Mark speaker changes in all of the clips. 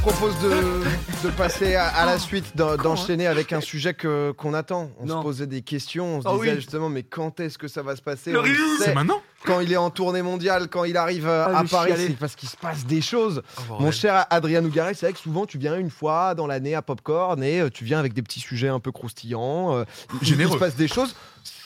Speaker 1: propose de, de passer à, à la suite, d'en- d'enchaîner avec un sujet que- qu'on attend. On
Speaker 2: Non.
Speaker 1: se posait des questions, on se
Speaker 2: Ah
Speaker 1: disait
Speaker 2: oui.
Speaker 1: justement, mais quand est-ce que ça va se passer
Speaker 2: Le
Speaker 1: On le
Speaker 2: review.
Speaker 1: sait.
Speaker 3: C'est maintenant
Speaker 1: Quand il est en tournée mondiale, quand il arrive euh,
Speaker 2: Ah,
Speaker 1: à
Speaker 2: le
Speaker 1: Paris,
Speaker 2: chialer. Oh,
Speaker 1: c'est parce qu'il se passe des choses. Mon
Speaker 3: Mon
Speaker 1: cher Adrien Nougaret, c'est vrai que souvent tu viens une fois dans l'année à Popcorn et euh, tu viens avec des petits sujets un peu croustillants. euh, il- Il
Speaker 3: Généreux.
Speaker 1: se passe des choses.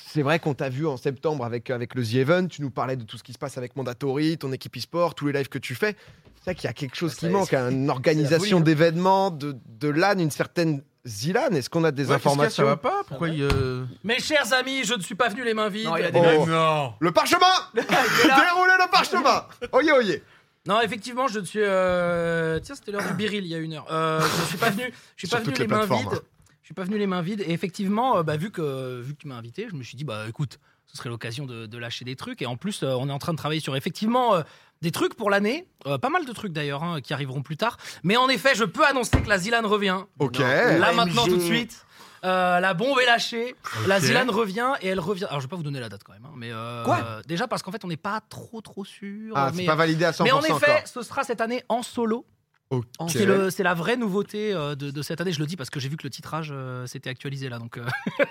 Speaker 1: C'est vrai qu'on t'a vu en septembre avec, euh, avec le The Event. Tu nous parlais de tout ce qui se passe avec Mandatory, ton équipe e-sport, tous les lives que tu fais. C'est vrai qu'il y a quelque chose qui
Speaker 2: Ça,
Speaker 1: manque, à une
Speaker 2: folie,
Speaker 1: organisation
Speaker 2: hein.
Speaker 1: d'événements, de, de LAN, une certaine Zilan. Est-ce qu'on a des
Speaker 3: Ça
Speaker 1: informations
Speaker 3: va pas Pourquoi il. euh,
Speaker 4: Mes chers amis, je ne suis pas venu les mains vides. Oh.
Speaker 2: Non, il y a des-
Speaker 1: Oh.
Speaker 3: Mais Non
Speaker 1: Le parchemin
Speaker 2: Il est là.
Speaker 1: Déroulez le parchemin Oyez, oyez
Speaker 4: Non, effectivement, je ne suis. euh, Tiens, c'était l'heure du biril il y a une heure. Euh, je ne suis pas venu. Je suis
Speaker 1: Sur
Speaker 4: pas venu
Speaker 1: toutes
Speaker 4: les,
Speaker 1: les
Speaker 4: mains
Speaker 1: plateformes. hein.
Speaker 4: vides. Je suis pas venu les mains vides. Et effectivement, euh, bah, vu que vu que tu m'as invité, je me suis dit bah écoute, ce serait l'occasion de, de lâcher des trucs. Et en plus, euh, on est en train de travailler sur effectivement. euh, des trucs pour l'année, Euh, pas mal de trucs d'ailleurs hein, qui arriveront plus tard. Mais en effet, je peux annoncer que la Zilane revient.
Speaker 1: Ok.
Speaker 4: Là
Speaker 2: OMG.
Speaker 4: maintenant tout de suite. Euh, la bombe est lâchée. La
Speaker 3: Ok.
Speaker 4: Zilane revient et elle revient. Alors je vais pas vous donner la date quand même, hein, mais euh,
Speaker 2: Quoi
Speaker 4: déjà parce qu'en fait on n'est pas trop trop sûr.
Speaker 1: Ah, c'est
Speaker 4: mais,
Speaker 1: pas validé à 100%
Speaker 4: mais en effet,
Speaker 1: encore.
Speaker 4: ce sera cette année en solo.
Speaker 1: Ok.
Speaker 2: Ok.
Speaker 4: C'est le- C'est la vraie nouveauté euh, de, de cette année. Je le dis parce que j'ai vu que le titrage euh, s'était actualisé là, donc. euh,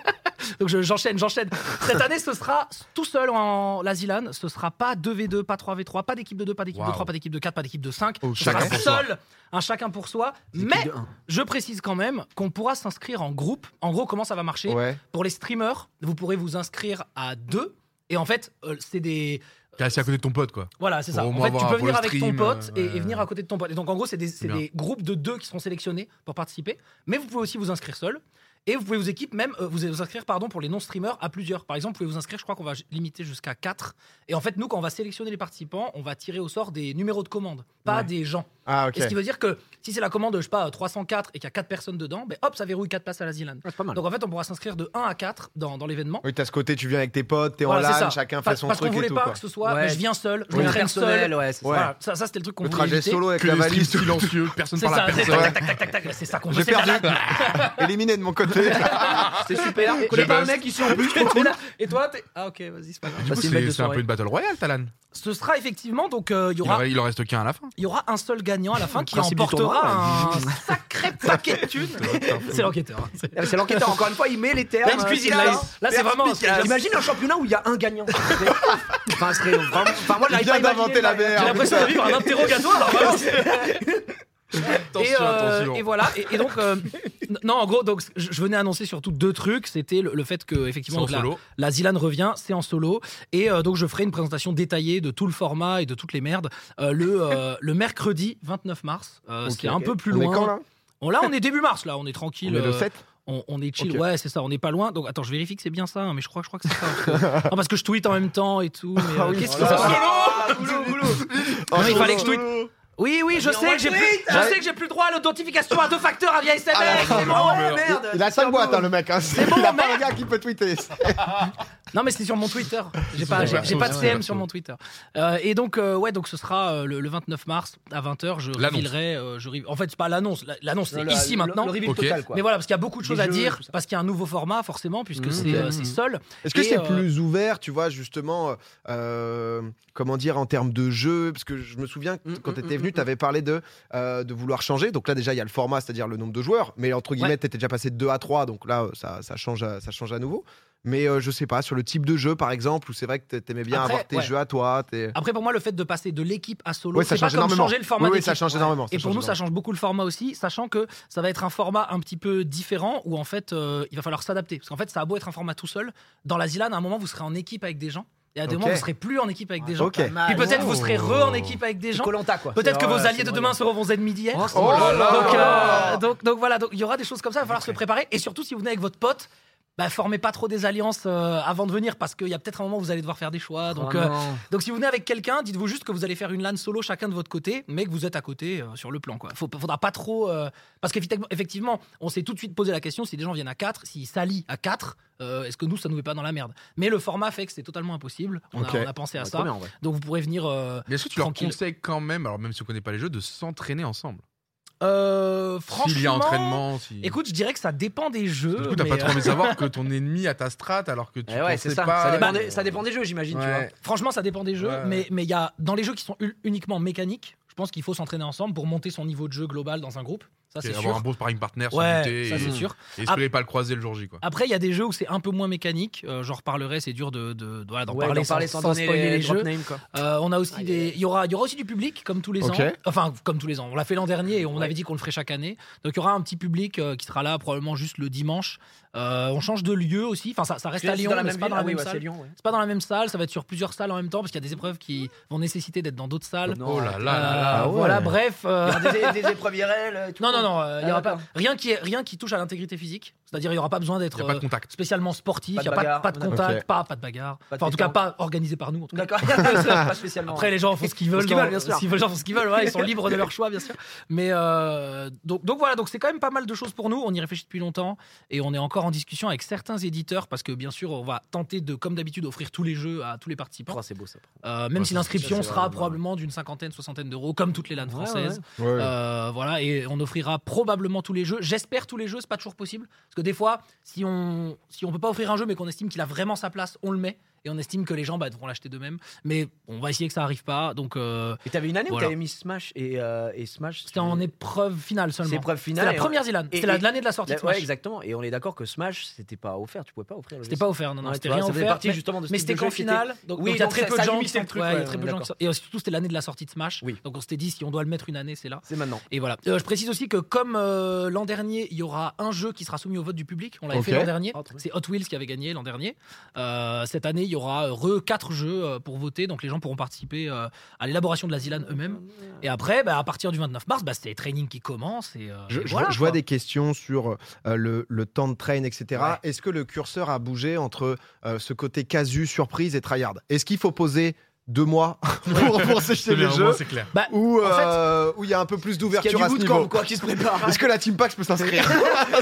Speaker 4: Donc je- j'enchaîne, j'enchaîne. Cette année, ce sera tout seul en la Zilane. Ce sera pas 2v2, pas 3v3, pas d'équipe de 2, pas d'équipe de
Speaker 3: Wow.
Speaker 4: 3, pas d'équipe de 4, pas d'équipe de 5.
Speaker 1: Oh,
Speaker 4: ce sera
Speaker 1: chacun pour
Speaker 3: soi.
Speaker 4: seul, un chacun pour soi. Mais je précise quand même qu'on pourra s'inscrire en groupe. En gros, comment ça va marcher
Speaker 1: Ouais.
Speaker 4: Pour les streamers, vous pourrez vous inscrire à deux. Et en fait, euh, c'est des.
Speaker 3: T'es assis à côté de ton pote, quoi.
Speaker 4: Voilà, c'est
Speaker 3: Pour
Speaker 4: ça.
Speaker 3: au
Speaker 4: En
Speaker 3: moins
Speaker 4: fait, tu
Speaker 3: avoir
Speaker 4: peux
Speaker 3: un
Speaker 4: venir
Speaker 3: pôle
Speaker 4: avec ton
Speaker 3: stream,
Speaker 4: pote
Speaker 3: euh,
Speaker 4: et,
Speaker 3: ouais.
Speaker 4: et venir à côté de ton pote. Et donc, en gros, c'est des, c'est
Speaker 3: Bien.
Speaker 4: des groupes de deux qui seront sélectionnés pour participer. Mais vous pouvez aussi vous inscrire seul. Et vous pouvez vous équipe même euh, vous vous inscrire pardon pour les non-streamers à plusieurs. Par exemple, vous pouvez vous inscrire, je crois qu'on va limiter jusqu'à 4. Et en fait, nous, quand on va sélectionner les participants, on va tirer au sort des numéros de commande, pas
Speaker 2: Ouais.
Speaker 4: des gens.
Speaker 1: Ah, ok.
Speaker 4: Et ce qui veut dire que si c'est la commande, je sais pas, 304 et qu'il y a 4 personnes dedans, ben hop, ça verrouille 4 places à la Zilane.
Speaker 2: c'est pas mal.
Speaker 4: Donc en fait, on pourra s'inscrire de 1 à 4 dans, dans l'événement.
Speaker 1: Oui, t'as ce côté, tu viens avec tes potes, t'es
Speaker 4: Voilà,
Speaker 1: en
Speaker 4: c'est ça.
Speaker 1: LAN, chacun fait
Speaker 4: Parce,
Speaker 1: son
Speaker 4: parce qu'on
Speaker 1: truc et
Speaker 4: voulait
Speaker 1: tout.
Speaker 4: pas
Speaker 1: quoi.
Speaker 4: que ce soit,
Speaker 2: Ouais.
Speaker 4: mais je viens seul, je
Speaker 2: Oui.
Speaker 4: me traîne seul.
Speaker 2: personnel, ouais, c'est
Speaker 1: Ouais.
Speaker 2: ça.
Speaker 4: Voilà, ça, ça c'était le truc qu'on
Speaker 1: Le
Speaker 4: voulait
Speaker 1: trajet
Speaker 4: éviter.
Speaker 1: solo avec
Speaker 3: Que
Speaker 1: la
Speaker 3: des streams
Speaker 1: valise, tu
Speaker 3: silencieux, personne
Speaker 4: C'est
Speaker 3: parle à
Speaker 4: ça, c'est
Speaker 3: personne.
Speaker 4: tac, tac, tac, tac, tac, tac, c'est ça qu'on veut.
Speaker 1: J'ai
Speaker 4: c'est la
Speaker 1: perdu.
Speaker 4: date.
Speaker 1: Éliminé de mon côté.
Speaker 2: C'est super. On connaît
Speaker 3: Je
Speaker 2: pas un
Speaker 3: bosse.
Speaker 2: mec ici en plus.
Speaker 4: Et là- Et toi, t'es- ah ok, vas-y, c'est pas grave.
Speaker 3: Du
Speaker 2: Bah,
Speaker 3: coup,
Speaker 2: c'est une bête
Speaker 3: c'est
Speaker 2: de
Speaker 3: c'est un peu
Speaker 2: soirée.
Speaker 3: une battle royale, Talan.
Speaker 4: Ce sera effectivement donc euh, il
Speaker 3: Il,
Speaker 4: y aura
Speaker 3: en- il en reste qu'un à la fin.
Speaker 4: il y aura un seul gagnant à la fin qui
Speaker 2: principe du
Speaker 4: emportera un sacré paquet de thunes. C'est l'enquêteur. hein, c'est-
Speaker 2: Ah, mais C'est l'enquêteur, encore une fois, il met les termes.
Speaker 4: Même
Speaker 2: hein,
Speaker 4: cuisine,
Speaker 2: c'est
Speaker 4: là,
Speaker 2: clair.
Speaker 4: là, c'est vraiment-
Speaker 2: Perspicace. Imagine un championnat où il y a un gagnant. enfin, ce serait vraiment. Enfin, moi,
Speaker 1: Il
Speaker 2: j'arrive pas
Speaker 1: vient
Speaker 2: à imaginer
Speaker 1: d'inventer la
Speaker 2: le-
Speaker 4: J'ai
Speaker 1: bière.
Speaker 4: l'impression de vivre un interrogatoire. vraiment. et,
Speaker 3: Attention,
Speaker 4: euh,
Speaker 3: attention.
Speaker 4: et voilà. Et, et donc, euh, n- non, en gros, donc je, je venais annoncer surtout deux trucs. C'était le, le fait que effectivement
Speaker 3: Sans
Speaker 4: donc, la,
Speaker 3: solo.
Speaker 4: la Zilane revient, c'est en solo, et euh, donc je ferai une présentation détaillée de tout le format et de toutes les merdes euh, le euh, le mercredi 29 mars, euh, ce
Speaker 1: Ok,
Speaker 4: qui est un
Speaker 1: ok.
Speaker 4: peu plus
Speaker 1: On est
Speaker 4: loin.
Speaker 1: quand, là
Speaker 4: on, là, on est début mars, là, on est tranquille.
Speaker 1: On est le
Speaker 4: euh,
Speaker 1: 7
Speaker 4: on, on est chill,
Speaker 1: Ok.
Speaker 4: ouais, c'est ça, on n'est pas loin. Donc attends, je vérifie que c'est bien ça, hein, mais je crois, je crois que c'est ça. Parce que, non, parce que je tweete en même temps et tout. mais, euh, qu'est-ce que
Speaker 1: Ah voilà.
Speaker 4: ça-
Speaker 2: Boulot, boulot.
Speaker 4: Non, mais
Speaker 1: Oh,
Speaker 4: il fallait que
Speaker 1: non.
Speaker 4: je tweete. Oui, oui, je
Speaker 2: Mais on
Speaker 4: sais,
Speaker 2: va
Speaker 4: que j'ai
Speaker 2: tweet,
Speaker 4: plus, je
Speaker 1: hein.
Speaker 4: sais que j'ai plus droit à l'authentification à deux facteurs à via SMS. c'est bon.
Speaker 2: Ah ouais, merde.
Speaker 1: Il a 5 boîtes, hein, le mec. hein.
Speaker 4: C'est bon,
Speaker 1: Il a pas
Speaker 4: merde.
Speaker 1: un gars qui peut tweeter.
Speaker 4: Non, mais c'est sur mon Twitter. J'ai
Speaker 3: sur
Speaker 4: pas,
Speaker 3: ton
Speaker 4: j'ai- j'ai
Speaker 3: perso,
Speaker 4: pas de
Speaker 3: c'est
Speaker 4: CM
Speaker 3: ton perso.
Speaker 4: sur mon Twitter. Euh, et donc, euh, ouais, donc ce sera euh, le, le 29 mars à 20h. Je
Speaker 3: L'annonce.
Speaker 4: révélerai. euh, je ré- En fait, c'est pas l'annonce. La- L'annonce, c'est
Speaker 2: Le-
Speaker 4: ici
Speaker 2: le-
Speaker 4: maintenant.
Speaker 2: Le reveal
Speaker 3: Ok.
Speaker 2: total, quoi.
Speaker 4: mais voilà, parce qu'il y a beaucoup de choses
Speaker 2: Les
Speaker 4: à
Speaker 2: jeux,
Speaker 4: dire,
Speaker 2: tout ça. Mm.
Speaker 4: parce qu'il y a un nouveau format, forcément, puisque
Speaker 3: Mmh,
Speaker 4: c'est
Speaker 3: ok.
Speaker 4: euh, c'est seul.
Speaker 1: Est-ce que
Speaker 4: Et,
Speaker 1: c'est
Speaker 4: euh,
Speaker 1: plus ouvert, tu vois, justement, euh, euh, comment dire, en termes de jeu Parce que je me souviens, que
Speaker 4: Mmh,
Speaker 2: Mm,
Speaker 1: quand
Speaker 2: mm,
Speaker 1: tu étais
Speaker 2: mm,
Speaker 1: venu,
Speaker 2: mm.
Speaker 1: tu avais parlé de, euh, de vouloir changer. Donc là, déjà, il y a le format, c'est-à-dire le nombre de joueurs. Mais entre guillemets,
Speaker 4: Ouais.
Speaker 1: tu étais déjà passé de 2 à 3. Donc là, euh, ça, ça, change, à, ça change à nouveau. Mais euh, je sais pas, sur le type de jeu, par exemple, où c'est vrai que t'a- t'aimais bien
Speaker 4: Après,
Speaker 1: avoir tes
Speaker 4: ouais.
Speaker 1: jeux à toi. T'es...
Speaker 4: Après, pour moi, le fait de passer de l'équipe à solo,
Speaker 1: Ouais, ça
Speaker 4: c'est pas
Speaker 1: change
Speaker 4: comme
Speaker 1: énormément.
Speaker 4: changer le format
Speaker 1: oui, oui,
Speaker 4: d'équipe.
Speaker 1: ça change énormément.
Speaker 4: Et pour
Speaker 1: change
Speaker 4: nous, ça
Speaker 1: énormément.
Speaker 4: change beaucoup le format aussi, sachant que ça va être un format un petit peu différent où en fait euh, il va falloir s'adapter. Parce qu'en fait, ça a beau être un format tout seul, dans la Zilane, à un moment vous serez en équipe avec des gens et à des
Speaker 1: Ok.
Speaker 4: moments vous serez plus en équipe avec des gens.
Speaker 1: Ok.
Speaker 2: Pas mal.
Speaker 4: Puis peut-être
Speaker 3: Oh.
Speaker 4: vous serez re en équipe avec des
Speaker 2: Ah, C'est
Speaker 4: gens.
Speaker 2: Colanta, quoi.
Speaker 4: Peut-être que
Speaker 2: C'est-
Speaker 4: vos
Speaker 2: ouais,
Speaker 4: alliés
Speaker 2: c'est
Speaker 4: de
Speaker 2: moyen.
Speaker 4: demain seront vos ennemis d'hier.
Speaker 2: Oh, c'est
Speaker 1: Oh là
Speaker 2: moyen.
Speaker 1: là.
Speaker 4: donc,
Speaker 1: Ah.
Speaker 4: euh, donc, donc voilà, donc il y aura des choses comme ça, il va falloir se préparer. Et surtout, si vous venez avec votre pote, bah, formez pas trop des alliances euh, avant de venir parce qu'il y a peut-être un moment où vous allez devoir faire des choix. Donc,
Speaker 2: Oh
Speaker 4: euh,
Speaker 2: non.
Speaker 4: donc si vous venez avec quelqu'un, dites-vous juste que vous allez faire une LAN solo chacun de votre côté, mais que vous êtes à côté euh, sur le plan. Quoi. Faut, faudra pas trop. euh, parce qu'effectivement, on s'est tout de suite posé la question si des gens viennent à 4, s'ils s'allient à 4, est-ce que nous, ça nous met pas dans la merde Mais le format fait que c'est totalement impossible. On, a-
Speaker 1: Ok.
Speaker 4: on a, pensé à
Speaker 2: Ouais,
Speaker 4: ça.
Speaker 2: trop bien, en vrai.
Speaker 4: Donc vous pourrez venir. euh,
Speaker 3: Mais est-ce que tu leur
Speaker 4: Tranquille.
Speaker 3: conseilles quand même, alors même si on connaît pas les jeux, de s'entraîner ensemble
Speaker 4: euh, franchement.
Speaker 3: S'il y a entraînement, si.
Speaker 4: Écoute, je dirais que ça dépend des jeux.
Speaker 3: du coup, t'as
Speaker 4: mais,
Speaker 3: pas trop
Speaker 4: euh,
Speaker 3: envie de savoir que ton ennemi a ta strat alors que tu
Speaker 2: Eh ouais,
Speaker 3: pensais
Speaker 2: c'est ça.
Speaker 3: pas.
Speaker 2: Ça dépend des- Ça dépend des jeux, j'imagine, tu vois.
Speaker 3: Ouais.
Speaker 4: Franchement, euh, ça dépend des jeux,
Speaker 3: Ouais.
Speaker 4: mais mais il y a dans les jeux qui sont u- uniquement mécaniques. Je pense qu'il faut s'entraîner ensemble pour monter son niveau de jeu global dans un groupe. Ça,
Speaker 3: Et
Speaker 4: c'est
Speaker 3: avoir
Speaker 4: sûr.
Speaker 3: un bon sparring partner, se
Speaker 4: Ouais,
Speaker 3: lutter
Speaker 4: ça,
Speaker 3: et,
Speaker 4: c'est sûr.
Speaker 3: et espérer pas le croiser le jour J. Quoi.
Speaker 4: Après, il y a des jeux où c'est un peu moins mécanique. Euh, J'en reparlerai, c'est dur de, de, de- voilà, d'en
Speaker 2: Ouais,
Speaker 4: parler,
Speaker 2: d'en
Speaker 4: sans, sans
Speaker 2: sans donner
Speaker 4: spoiler les
Speaker 2: drop
Speaker 4: jeux.
Speaker 2: names, quoi.
Speaker 4: Euh, on a aussi
Speaker 2: Aïe, aïe,
Speaker 4: des.
Speaker 2: aïe.
Speaker 4: Il y aura, il y aura aussi du public, comme tous les
Speaker 1: Ok.
Speaker 4: ans. Enfin, comme tous les ans. On l'a fait l'an dernier et on
Speaker 2: Ouais.
Speaker 4: avait dit qu'on le ferait chaque année. Donc, il y aura un petit public euh, qui sera là probablement juste le dimanche. Euh, on change de lieu aussi. Enfin, ça, ça reste à Lyon, mais c'est pas dans la
Speaker 2: Ah oui,
Speaker 4: même
Speaker 2: ouais, c'est
Speaker 4: salle.
Speaker 2: Lyon, ouais.
Speaker 4: C'est pas dans la même salle. Ça va être sur plusieurs salles en même temps parce qu'il y a des épreuves qui vont nécessiter d'être dans d'autres salles.
Speaker 2: Non.
Speaker 3: Oh là là
Speaker 4: Euh,
Speaker 3: là là.
Speaker 1: Ah ouais.
Speaker 4: Voilà, bref. euh,
Speaker 2: Des, des épreuves IRL euh, tout
Speaker 4: Non,
Speaker 2: le
Speaker 4: non,
Speaker 2: temps.
Speaker 4: non. euh, il y
Speaker 2: Ah,
Speaker 4: aura pas,
Speaker 2: d'accord.
Speaker 4: rien, qui est, rien qui touche à l'intégrité physique. C'est-à-dire, il n'y aura pas besoin
Speaker 3: Il
Speaker 4: d'être
Speaker 3: n'y a pas de
Speaker 4: euh,
Speaker 3: contact.
Speaker 4: spécialement sportif.
Speaker 2: Pas
Speaker 4: Il
Speaker 2: de
Speaker 4: n'y a pas, de-
Speaker 2: bagarre.
Speaker 4: pas de
Speaker 2: Ok.
Speaker 4: contact, pas, pas de bagarre.
Speaker 2: Pas de
Speaker 4: enfin, en tout cas,
Speaker 2: pétanque.
Speaker 4: pas organisé par nous. en tout cas.
Speaker 2: D'accord, pas spécialement.
Speaker 4: Après, les gens font ce qu'ils veulent.
Speaker 2: Ce qu'ils
Speaker 4: dans-
Speaker 2: veulent, bien sûr.
Speaker 4: S'ils veulent, ils font ce qu'ils veulent. ouais, ils sont libres de leur choix, bien sûr. Mais euh, donc, donc voilà, donc c'est quand même pas mal de choses pour nous. On y réfléchit depuis longtemps et on est encore en discussion avec certains éditeurs parce que bien sûr, on va tenter de, comme d'habitude, offrir tous les jeux à tous les participants.
Speaker 2: Oh, c'est beau ça.
Speaker 4: Euh, même
Speaker 3: Ouais,
Speaker 4: si
Speaker 3: ça,
Speaker 4: l'inscription
Speaker 2: ça, c'est
Speaker 4: sera
Speaker 2: vraiment bien, ouais.
Speaker 4: probablement d'une cinquantaine, soixantaine d'euros, comme toutes les LAN
Speaker 2: Ouais,
Speaker 4: françaises.
Speaker 2: ouais.
Speaker 4: Euh, voilà, et on offrira probablement tous les jeux. J'espère tous les jeux, c'est pas toujours possible. Parce que des fois, si on si on peut pas offrir un jeu, mais qu'on estime qu'il a vraiment sa place, on le met. Et on estime que les gens bah, devront l'acheter d'eux-mêmes. Mais on va essayer que ça arrive pas. Donc, euh,
Speaker 2: Et t'avais une année
Speaker 4: Voilà.
Speaker 2: où t'avais mis Smash et, euh, et Smash.
Speaker 4: c'était en épreuve finale
Speaker 2: C'est
Speaker 4: seulement.
Speaker 2: épreuve
Speaker 4: C'était
Speaker 2: finale.
Speaker 4: la
Speaker 2: et on-
Speaker 4: première Zilane.
Speaker 2: et-
Speaker 4: C'était la-
Speaker 2: et-
Speaker 4: l'année de la sortie
Speaker 2: la-
Speaker 4: de Smash.
Speaker 2: Ouais, exactement. Et on est d'accord que Smash, c'était pas offert. Tu pouvais pas offrir. le
Speaker 4: C'était
Speaker 2: jeu.
Speaker 4: pas offert, non, non,
Speaker 2: Ouais,
Speaker 4: c'était
Speaker 2: tu vois,
Speaker 4: rien
Speaker 2: ça faisait
Speaker 4: offert.
Speaker 2: partie
Speaker 4: mais-
Speaker 2: justement de ce
Speaker 4: Mais
Speaker 2: type
Speaker 4: c'était
Speaker 2: de
Speaker 4: qu'en
Speaker 2: jeu qui était-
Speaker 4: finale, donc
Speaker 2: Oui,
Speaker 4: donc il y a
Speaker 2: donc
Speaker 4: très
Speaker 2: ça-
Speaker 4: peu de
Speaker 2: ça
Speaker 4: gens qui
Speaker 2: limitait
Speaker 4: sont
Speaker 2: le truc,
Speaker 4: ouais, il y a
Speaker 2: ouais,
Speaker 4: très
Speaker 2: on
Speaker 4: peu
Speaker 2: est
Speaker 4: de gens qui
Speaker 2: d'accord.
Speaker 4: sont- Et on- surtout, c'était l'année de la sortie de Smash.
Speaker 2: Oui.
Speaker 4: Donc on s'était dit, si on doit le mettre une année, c'est là.
Speaker 2: C'est maintenant.
Speaker 4: Et voilà. Euh, je précise aussi que comme euh, l'an dernier, il y aura un jeu qui sera soumis au vote du public. On l'avait
Speaker 1: Ok.
Speaker 4: fait l'an dernier.
Speaker 2: Ah, trop bien.
Speaker 4: C'est Hot Wheels qui avait gagné l'an dernier. Euh, cette année, il y aura euh, re quatre jeux euh, pour voter. Donc les gens pourront participer euh, à l'élaboration de la Zilane eux-mêmes. Et après, bah, à partir du 29 mars, bah, c'est les trainings qui commencent. Et, euh,
Speaker 1: Je,
Speaker 4: et
Speaker 1: je
Speaker 4: voilà,
Speaker 1: vois- je vois
Speaker 4: quoi.
Speaker 1: des questions sur euh, le, le temps de train, etc. Est-ce que le curseur a bougé entre euh, ce côté casu, surprise et tryhard Est-ce qu'il faut poser deux mois pour, pour s'acheter
Speaker 3: Mais
Speaker 1: le
Speaker 3: au
Speaker 1: jeu
Speaker 3: moins, c'est clair.
Speaker 4: Bah,
Speaker 1: Ou
Speaker 4: en fait-
Speaker 1: euh, ou il y a un peu plus
Speaker 2: Il y a
Speaker 1: d'ouverture
Speaker 2: du
Speaker 1: à ce
Speaker 2: bootcamp
Speaker 1: niveau
Speaker 2: quoi qui se prépare.
Speaker 1: Est-ce que la Team Pack, je peux s'inscrire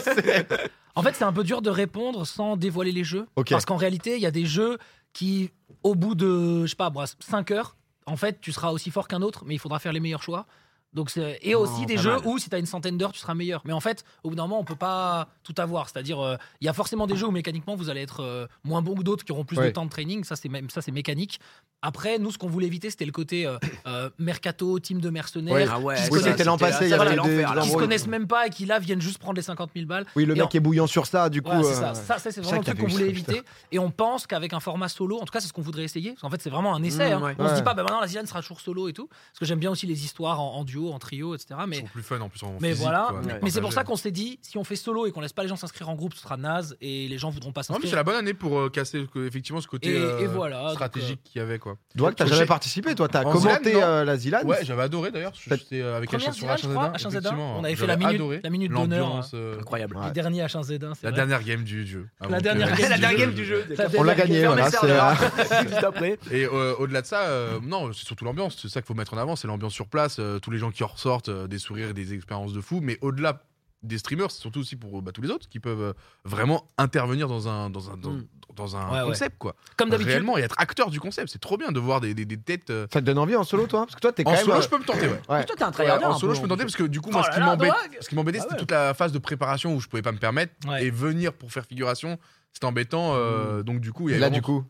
Speaker 1: C'est-
Speaker 4: En fait, c'est un peu dur de répondre sans dévoiler les jeux.
Speaker 1: Ok.
Speaker 4: Parce qu'en réalité, il y a des jeux qui, au bout de, je sais pas, 5 heures, en fait, tu seras aussi fort qu'un autre, mais il faudra faire les meilleurs choix. Donc c'est- et
Speaker 2: Oh,
Speaker 4: aussi des
Speaker 2: pas
Speaker 4: jeux
Speaker 2: mal.
Speaker 4: où si tu as une centaine d'heures, tu seras meilleur. Mais en fait, au bout d'un moment, on peut pas tout avoir. C'est-à-dire, euh, il y a forcément des jeux où mécaniquement, vous allez être euh, moins bon que d'autres qui auront plus de
Speaker 1: Ouais.
Speaker 4: temps de training. Ça, c'est même ça, c'est mécanique. Après, nous, ce qu'on voulait éviter, c'était le côté euh, euh, mercato, team de mercenaires.
Speaker 1: Ouais,
Speaker 2: Ah ouais,
Speaker 4: qui se
Speaker 1: Oui,
Speaker 4: connaissent-
Speaker 1: c'était l'an passé, il y
Speaker 4: ça,
Speaker 1: avait
Speaker 4: voilà,
Speaker 1: des- des
Speaker 2: l'enfer, là.
Speaker 4: qui se
Speaker 1: embrouilles.
Speaker 4: connaissent même pas et qui là viennent juste prendre les 50 000 balles.
Speaker 1: Oui, le
Speaker 4: Et
Speaker 1: mec est bouillant sur ça, du coup.
Speaker 4: Voilà, c'est
Speaker 1: euh,
Speaker 4: ça, ça, ça, c'est
Speaker 1: ça
Speaker 4: vraiment le
Speaker 1: qu'il
Speaker 4: truc
Speaker 1: y
Speaker 4: qu'on
Speaker 1: avait
Speaker 4: voulait
Speaker 1: eu, ça,
Speaker 4: éviter. Et on pense qu'avec un format solo, en tout cas, c'est ce qu'on voudrait essayer. Parce qu'en fait, c'est vraiment un essai.
Speaker 2: Mmh,
Speaker 4: hein.
Speaker 2: ouais.
Speaker 4: On se dit
Speaker 1: Ouais.
Speaker 4: pas, bah, maintenant la Zilane sera toujours solo et tout. Parce que j'aime bien aussi les histoires en, en duo, en trio, etc.
Speaker 3: Ils
Speaker 4: Mais,
Speaker 3: sont plus fun en plus. En
Speaker 4: mais
Speaker 3: physique,
Speaker 4: voilà.
Speaker 3: quoi,
Speaker 2: Mais
Speaker 4: mais c'est pour
Speaker 3: partager.
Speaker 4: ça qu'on s'est dit, si on fait solo et qu'on laisse pas les gens s'inscrire en groupe, ce sera naze et les gens voudront pas
Speaker 3: Non, mais
Speaker 4: s'inscrire.
Speaker 3: c'est la bonne année pour euh, casser euh, effectivement ce côté
Speaker 4: Et- et
Speaker 3: euh,
Speaker 4: voilà, donc,
Speaker 3: stratégique qu'il y avait quoi.
Speaker 1: Doig, t'as
Speaker 3: Touché.
Speaker 1: jamais participé, toi, t'as
Speaker 3: En
Speaker 1: commenté
Speaker 3: Zélande, non.
Speaker 1: euh, la Zilane
Speaker 3: Ouais, j'avais adoré d'ailleurs. J'étais euh, avec
Speaker 4: Première
Speaker 3: H sur
Speaker 4: Zilane, je crois,
Speaker 3: H1Z1.
Speaker 4: H1Z1.
Speaker 3: effectivement.
Speaker 4: On avait fait
Speaker 3: J'avais
Speaker 4: la minute-
Speaker 3: adoré
Speaker 4: la minute d'honneur, hein.
Speaker 3: l'ambiance, euh,
Speaker 2: Incroyable.
Speaker 4: Les derniers H1Z1, c'est
Speaker 3: La
Speaker 4: vrai.
Speaker 3: dernière game du jeu. avant
Speaker 4: La
Speaker 3: que-
Speaker 4: dernière game.
Speaker 2: La dernière game du jeu.
Speaker 4: La
Speaker 1: On l'a
Speaker 4: dernière
Speaker 1: gagné,
Speaker 4: game.
Speaker 1: voilà. c'est- euh,
Speaker 2: Juste après.
Speaker 3: Et euh, au-delà de ça, euh, non, c'est surtout l'ambiance. C'est ça qu'il faut mettre en avant, c'est l'ambiance sur place, euh, tous les gens qui en ressortent, euh, des sourires, et des expériences de fou. Mais au-delà des streamers, c'est surtout aussi pour euh, bah, tous les autres qui peuvent euh, vraiment intervenir dans un dans un dans,
Speaker 2: Mm.
Speaker 3: dans un
Speaker 4: Ouais, ouais.
Speaker 3: concept quoi.
Speaker 4: Comme d'habitude.
Speaker 3: Réellement et être acteur du concept, c'est trop bien de voir des, des- des têtes. euh,
Speaker 1: Ça te donne envie en solo, toi Parce que toi, t'es quand
Speaker 3: En
Speaker 1: même.
Speaker 3: solo,
Speaker 1: euh,
Speaker 3: je peux me tenter. ouais.
Speaker 1: Ouais.
Speaker 2: Toi, t'es un
Speaker 3: Ouais,
Speaker 2: tryharder.
Speaker 3: en
Speaker 2: un
Speaker 3: solo,
Speaker 2: peu,
Speaker 3: je peux me tenter parce que du coup,
Speaker 2: Oh
Speaker 3: moi,
Speaker 2: là
Speaker 3: ce qui
Speaker 2: là,
Speaker 3: m'embête,
Speaker 2: Doag
Speaker 3: ce qui m'embêtait,
Speaker 2: Ah
Speaker 3: c'était
Speaker 2: ouais.
Speaker 3: toute la phase de préparation où je pouvais pas me permettre
Speaker 4: Ouais.
Speaker 3: et venir pour faire figuration, c'était embêtant. euh, Donc du coup, il y
Speaker 1: Et
Speaker 3: avait
Speaker 1: là,
Speaker 3: vraiment-
Speaker 1: du coup.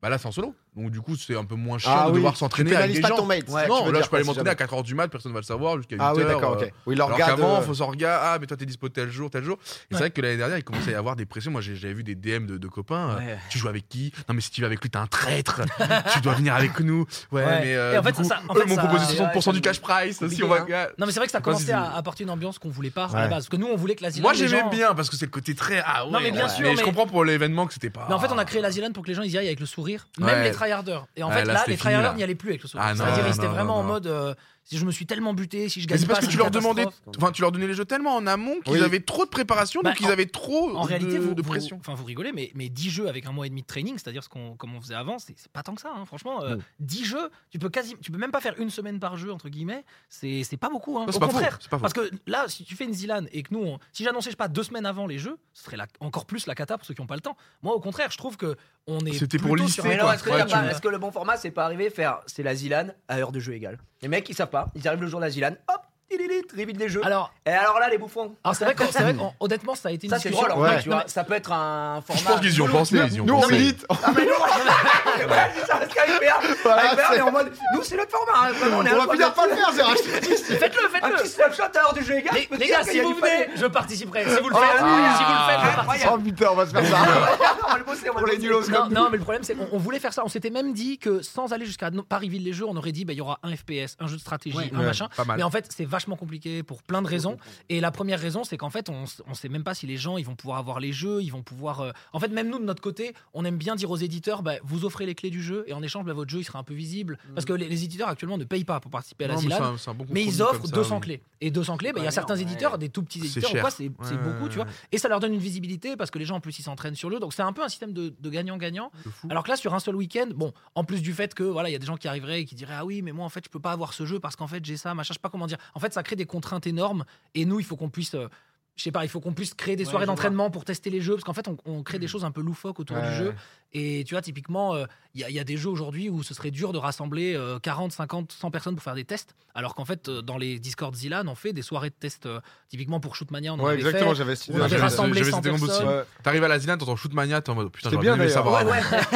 Speaker 3: bah là, c'est en solo. Donc du coup, c'est un peu moins chiant de devoir
Speaker 1: Ah Tu
Speaker 3: s'entraîner avec
Speaker 1: pénalises
Speaker 3: des
Speaker 1: pas
Speaker 3: gens.
Speaker 1: ton mate.
Speaker 2: Ouais,
Speaker 1: tu
Speaker 3: non,
Speaker 1: veux
Speaker 3: là,
Speaker 1: dire,
Speaker 3: je peux aller
Speaker 1: si
Speaker 3: m'entraîner
Speaker 1: jamais.
Speaker 3: à 4h du mat, personne va le savoir, jusqu'à 8h.
Speaker 1: Ah oui, d'accord, ok. Oui, leur
Speaker 3: Alors
Speaker 1: garde,
Speaker 3: qu'avant,
Speaker 1: euh,
Speaker 3: faut s'en regarder. Ah, mais toi, t'es dispo tel jour, tel jour. Et
Speaker 4: Ouais.
Speaker 3: c'est vrai que l'année dernière, il commençait à y avoir des pressions. Moi, j'ai- j'avais vu des DM de, de copains. euh,
Speaker 2: Ouais.
Speaker 3: Tu joues avec qui Non, mais si tu vas avec lui, t'es un traître. tu dois venir avec nous. Ouais,
Speaker 4: Ouais.
Speaker 3: mais. euh,
Speaker 4: Et en
Speaker 3: du
Speaker 4: fait, ça-
Speaker 3: coup,
Speaker 4: ça- en
Speaker 3: eux
Speaker 4: fait,
Speaker 3: m'ont
Speaker 4: ça-
Speaker 3: proposé
Speaker 2: c'est
Speaker 3: 60% du
Speaker 2: vrai,
Speaker 3: cash price. Si
Speaker 2: compliqué,
Speaker 3: on va.
Speaker 2: hein.
Speaker 4: Non, mais c'est vrai que
Speaker 3: Je sais pas
Speaker 4: ça
Speaker 3: si
Speaker 4: commençait
Speaker 3: c'est-
Speaker 4: à apporter une ambiance qu'on voulait pas à la
Speaker 1: Ouais.
Speaker 4: base. Parce que nous, on voulait que la Zilane.
Speaker 3: Moi,
Speaker 4: les
Speaker 3: j'aimais
Speaker 4: gens-
Speaker 3: bien parce que c'est le côté très. Ah, ouais.
Speaker 4: Non, mais bien
Speaker 3: ouais.
Speaker 4: sûr, mais-
Speaker 3: je comprends pour l'événement que c'était pas.
Speaker 4: Mais en fait, on a créé la Zélande pour que les gens ils y aillent avec le sourire, même
Speaker 3: Ouais.
Speaker 4: les tryharders. Et en
Speaker 3: Ouais,
Speaker 4: fait,
Speaker 3: là,
Speaker 4: là,
Speaker 3: c'était
Speaker 4: les
Speaker 3: fini,
Speaker 4: tryharders
Speaker 3: là.
Speaker 4: n'y allaient plus avec le sourire.
Speaker 3: Ah, non,
Speaker 4: C'est-à-dire, ils
Speaker 3: non,
Speaker 4: étaient
Speaker 3: non,
Speaker 4: vraiment
Speaker 3: non,
Speaker 4: en
Speaker 3: non.
Speaker 4: mode euh, si je me suis tellement buté, si je
Speaker 3: Mais
Speaker 4: gagne
Speaker 3: c'est
Speaker 4: pas,
Speaker 3: parce que
Speaker 4: c'est
Speaker 3: tu
Speaker 4: une
Speaker 3: leur demandais,
Speaker 4: catastrophe.
Speaker 3: enfin tu leur donnais les jeux tellement en amont qu'ils
Speaker 1: Oui.
Speaker 3: avaient trop de préparation,
Speaker 4: Bah,
Speaker 3: donc ils avaient trop
Speaker 4: En
Speaker 3: de,
Speaker 4: réalité, vous,
Speaker 3: de
Speaker 4: vous-
Speaker 3: pression.
Speaker 4: enfin, vous rigolez, mais, mais 10 jeux avec un mois et demi de training, c'est-à-dire ce qu'on, comme on faisait avant, c'est, c'est pas tant que ça. hein. Franchement, euh,
Speaker 3: Mm.
Speaker 1: Non.
Speaker 4: 10 jeux, tu peux, quasi, tu peux même pas faire une semaine par jeu, entre guillemets. C'est, c'est pas beaucoup. hein.
Speaker 3: Non, c'est
Speaker 4: Au
Speaker 3: pas faux,
Speaker 4: contraire.
Speaker 3: c'est pas faux.
Speaker 4: Parce que là, si tu fais une Zilane et que nous, on- si j'annonçais je sais pas deux semaines avant les jeux, ce serait la- encore plus la cata pour ceux qui n'ont pas le temps. Moi, au contraire, je trouve que on est.
Speaker 3: C'était pour
Speaker 4: plutôt
Speaker 3: lisser,
Speaker 4: sur un-
Speaker 2: Mais alors, est-ce que,
Speaker 3: Ouais,
Speaker 2: t'as
Speaker 3: tu
Speaker 2: pas-
Speaker 3: me-
Speaker 2: est-ce que le bon format, c'est pas arrivé faire c'est la Zilane à heure de jeu égale Les mecs, ils savent pas. Ils arrivent le jour de la Zilane, hop, Tililit, Reveal des jeux.
Speaker 4: Alors,
Speaker 2: Et alors là, les bouffons.
Speaker 4: alors Ah, c'est vrai qu'en- c'est vrai qu'en- honnêtement, ça a été une
Speaker 2: Ça, c'est
Speaker 4: discussion-
Speaker 2: drôle. en
Speaker 1: Ouais.
Speaker 2: vrai, tu vois. Ça peut être un format.
Speaker 3: Je pense qu'ils y ont pensé. ils y ont
Speaker 1: Nous, on
Speaker 3: pensé.
Speaker 1: milite.
Speaker 2: Ah, mais non Ouais, c'est ça, parce qu'avec PA,
Speaker 1: Voilà,
Speaker 2: avec PA, on est
Speaker 1: c'est-
Speaker 2: en mode. Nous, c'est notre format. hein, vraiment, on est
Speaker 1: On
Speaker 2: à
Speaker 1: va
Speaker 2: trois
Speaker 1: finir
Speaker 2: quatre-
Speaker 1: par le faire, j'ai racheté
Speaker 4: Faites-le,
Speaker 2: Un petit
Speaker 4: faites-le.
Speaker 2: snapshot à l'heure du jeu, les gars. je
Speaker 4: Les,
Speaker 2: peux te
Speaker 4: les
Speaker 2: dire
Speaker 4: gars,
Speaker 2: qu'il
Speaker 4: si
Speaker 2: y a
Speaker 4: vous
Speaker 2: du palais.
Speaker 4: venez, je participerai. Ah, Si vous le
Speaker 2: Oh,
Speaker 4: faites, si
Speaker 2: oui.
Speaker 4: vous le faites, je
Speaker 2: Incroyable.
Speaker 4: participe.
Speaker 1: Oh putain, on va se faire ça.
Speaker 2: On va le bosser, on va
Speaker 1: Pour
Speaker 2: le
Speaker 1: les
Speaker 2: bosser.
Speaker 1: nulos
Speaker 4: Non,
Speaker 1: comme
Speaker 4: non, mais le problème, c'est qu'on on voulait faire ça. On s'était même dit que sans aller jusqu'à no- Paris Ville les Jeux, on aurait dit bah, il y aura un FPS, un jeu de stratégie,
Speaker 2: Ouais.
Speaker 4: un
Speaker 3: Ouais,
Speaker 4: machin.
Speaker 3: Pas mal.
Speaker 4: Mais en fait, c'est vachement compliqué pour plein de raisons. Et la première raison, c'est qu'en fait, on s- on sait même pas si les gens ils vont pouvoir avoir les jeux, ils vont pouvoir. euh, En fait, même nous de notre côté, on aime bien dire aux éditeurs bah, vous offrez les clés du jeu et en échange, bah, votre jeu il sera un peu visible.
Speaker 2: Mm.
Speaker 4: Parce que les, les éditeurs actuellement ne payent pas pour participer à la
Speaker 3: Non, mais
Speaker 4: ZILAN,
Speaker 3: c'est un- c'est un bon
Speaker 4: mais
Speaker 3: compromis
Speaker 4: ils
Speaker 3: comme
Speaker 4: offrent
Speaker 3: ça, hein.
Speaker 4: 200
Speaker 3: oui.
Speaker 4: clés. Et 200 clés, bah, il y a
Speaker 2: Ouais,
Speaker 4: certains
Speaker 2: ouais.
Speaker 4: éditeurs, des tout petits
Speaker 3: C'est
Speaker 4: éditeurs ou
Speaker 3: cher.
Speaker 4: quoi, c'est c'est
Speaker 3: Ouais,
Speaker 4: beaucoup, tu vois.
Speaker 3: ouais,
Speaker 4: Et ça leur donne une visibilité parce que les gens en plus ils s'entraînent sur le jeu. Donc c'est un peu un système de de gagnant-gagnant.
Speaker 3: de fou.
Speaker 4: Alors que là, sur un seul week-end, bon, en plus du fait que voilà, il y a des gens qui arriveraient et qui diraient ah oui, mais moi en fait je peux pas avoir ce jeu parce qu'en fait j'ai ça, machin, je sais pas comment dire. En fait, ça crée des contraintes énormes et nous, il faut qu'on puisse, euh, je sais pas, il faut qu'on puisse créer des
Speaker 2: Ouais,
Speaker 4: soirées
Speaker 2: je vois.
Speaker 4: d'entraînement pour tester les jeux parce qu'en fait on, on
Speaker 3: Mm.
Speaker 4: crée des choses un peu loufoques autour
Speaker 1: Ouais.
Speaker 4: du jeu. Et tu vois, typiquement, euh, il y, a- il y a des jeux aujourd'hui où ce serait dur de rassembler euh, 40, 50, 100 personnes pour faire des tests, alors qu'en fait euh, dans les Discord Zilan, on fait des soirées de tests euh, typiquement pour Shootmania, on en
Speaker 1: Ouais,
Speaker 4: avait
Speaker 1: exactement,
Speaker 4: fait.
Speaker 1: j'avais cette
Speaker 4: On
Speaker 1: idée.
Speaker 4: avait
Speaker 1: J'avais-
Speaker 4: rassemblé
Speaker 3: j'avais
Speaker 4: 100
Speaker 3: cette
Speaker 4: personnes.
Speaker 3: énorme boutique.
Speaker 1: Ouais.
Speaker 3: T'arrives à la Zilane, t'entends shoot mania, t'es en mode putain,
Speaker 1: C'était bien,
Speaker 3: j'aurais bien aimé
Speaker 1: d'ailleurs.
Speaker 3: savoir.
Speaker 4: Ouais, ouais.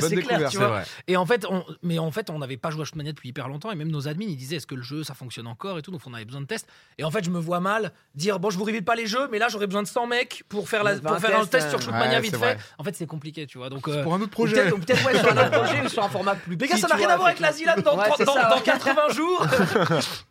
Speaker 1: bonne
Speaker 4: c'est clair,
Speaker 1: découverte.
Speaker 4: tu
Speaker 3: C'est
Speaker 4: vois.
Speaker 3: vrai.
Speaker 4: Et en fait, on, mais en fait, on n'avait pas joué à Shootmania depuis hyper longtemps, et même nos admins, ils disaient est-ce que le jeu ça fonctionne encore et tout, donc on avait besoin de tests. Et en fait, je me vois mal dire bon, je vous révèle pas les jeux, mais là j'aurais besoin de 100 mecs pour faire, la,
Speaker 2: Vingt
Speaker 4: pour faire bah, un
Speaker 2: tests,
Speaker 4: test
Speaker 2: euh,
Speaker 4: sur Shootmania
Speaker 1: ouais,
Speaker 4: vite
Speaker 1: c'est
Speaker 4: fait.
Speaker 1: vrai.
Speaker 4: En fait, c'est compliqué, tu vois. Donc, euh,
Speaker 3: C'est Pour un autre
Speaker 2: Ou
Speaker 3: projet.
Speaker 2: Peut-être ou peut-être, ouais, sur un autre projet ou sur un format plus
Speaker 4: les
Speaker 2: petit.
Speaker 4: gars, ça n'a
Speaker 2: tu
Speaker 4: rien
Speaker 2: vois,
Speaker 4: à voir avec la Zilane dans,
Speaker 2: Ouais,
Speaker 4: dans-
Speaker 2: c'est ça,
Speaker 4: dans- dans
Speaker 2: ouais.
Speaker 4: 80 jours.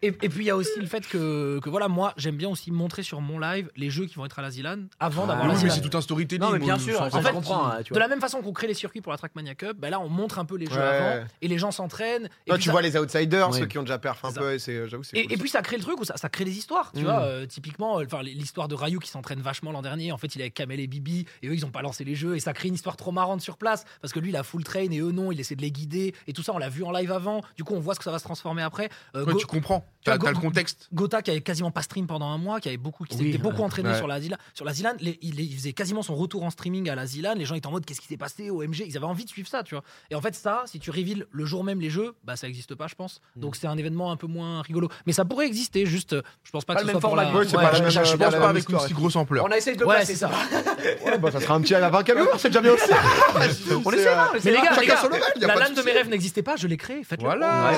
Speaker 4: et, et puis il y a aussi le fait que, que voilà, moi j'aime bien aussi montrer sur mon live les jeux qui vont être à la Zilane avant
Speaker 2: Ah,
Speaker 4: d'avoir
Speaker 3: Oui,
Speaker 4: la
Speaker 3: mais
Speaker 4: Zilane.
Speaker 3: c'est tout un storytelling. euh,
Speaker 2: Non, mais bien
Speaker 3: on-
Speaker 2: sûr,
Speaker 3: on-
Speaker 2: ça,
Speaker 3: on-
Speaker 2: je comprends. hein, tu
Speaker 4: De
Speaker 2: vois.
Speaker 4: la même façon qu'on crée les circuits pour la Trackmania Cup, bah là on montre un peu les jeux
Speaker 1: Ouais.
Speaker 4: avant et les gens s'entraînent. Et
Speaker 1: Toi,
Speaker 4: puis
Speaker 1: tu
Speaker 4: ça-
Speaker 1: vois les outsiders,
Speaker 2: Oui.
Speaker 1: ceux qui ont déjà perf un
Speaker 4: C'est
Speaker 1: peu, et c'est, j'avoue, que c'est
Speaker 4: Et,
Speaker 1: cool.
Speaker 4: et puis ça crée le truc où ça, ça crée des histoires, tu
Speaker 1: Mm.
Speaker 4: vois. euh, typiquement, euh, enfin l- l'histoire de Rayou qui s'entraîne vachement l'an dernier. En fait, il est avec Kamel et Bibi et eux ils ont pas lancé les jeux et ça crée une histoire trop marrante sur place parce que lui il a full train et eux non, il essaie de les guider et tout ça. On l'a vu en live avant. Du coup, on voit ce que ça va se transformer après. Euh,
Speaker 3: Ouais,
Speaker 4: Go-
Speaker 3: tu comprends.
Speaker 4: tu vois,
Speaker 3: T'as t'as
Speaker 4: Go-
Speaker 3: le contexte.
Speaker 4: Gotha qui avait quasiment pas stream pendant un mois, qui avait beaucoup, qui
Speaker 2: Oui,
Speaker 4: s'était beaucoup
Speaker 2: ouais.
Speaker 4: entraîné
Speaker 1: Ouais.
Speaker 4: sur la Zilane. Sur la Zilane, les- il, il faisait quasiment son retour en streaming à la Zilane. Les gens étaient en mode qu'est-ce qui s'est passé, OMG, ils avaient envie de suivre ça, tu vois. Et en fait, ça, si tu reveal le jour même les jeux, bah ça existe pas, je pense.
Speaker 1: Mm.
Speaker 4: Donc c'est un événement un peu moins rigolo. Mais ça pourrait exister, juste, euh, je pense pas,
Speaker 2: Pas
Speaker 4: que
Speaker 2: le
Speaker 4: ce
Speaker 2: même
Speaker 4: soit pour
Speaker 2: format
Speaker 4: la.
Speaker 2: que-
Speaker 1: Ouais, c'est
Speaker 4: Ouais,
Speaker 1: pas la
Speaker 4: je-
Speaker 1: même-
Speaker 4: je-
Speaker 1: euh,
Speaker 3: Je
Speaker 1: pas
Speaker 3: pense
Speaker 1: la
Speaker 3: pas
Speaker 1: même
Speaker 3: avec une
Speaker 1: histoire.
Speaker 3: si grosse ampleur.
Speaker 2: On a essayé de le
Speaker 4: Ouais,
Speaker 2: placer,
Speaker 4: c'est ça.
Speaker 1: Ouais, bah, ça sera un petit live à 20 camions, c'est déjà bien aussi. euh,
Speaker 2: On essaiera, on
Speaker 4: Mais les
Speaker 2: essaiera.
Speaker 4: gars, les
Speaker 1: hein. Chacun
Speaker 4: gars,
Speaker 1: son level, y a
Speaker 4: la
Speaker 1: pas de
Speaker 4: LAN de
Speaker 1: souci.
Speaker 4: mes rêves n'existait pas, je l'ai créée, faites-le.
Speaker 3: Voilà.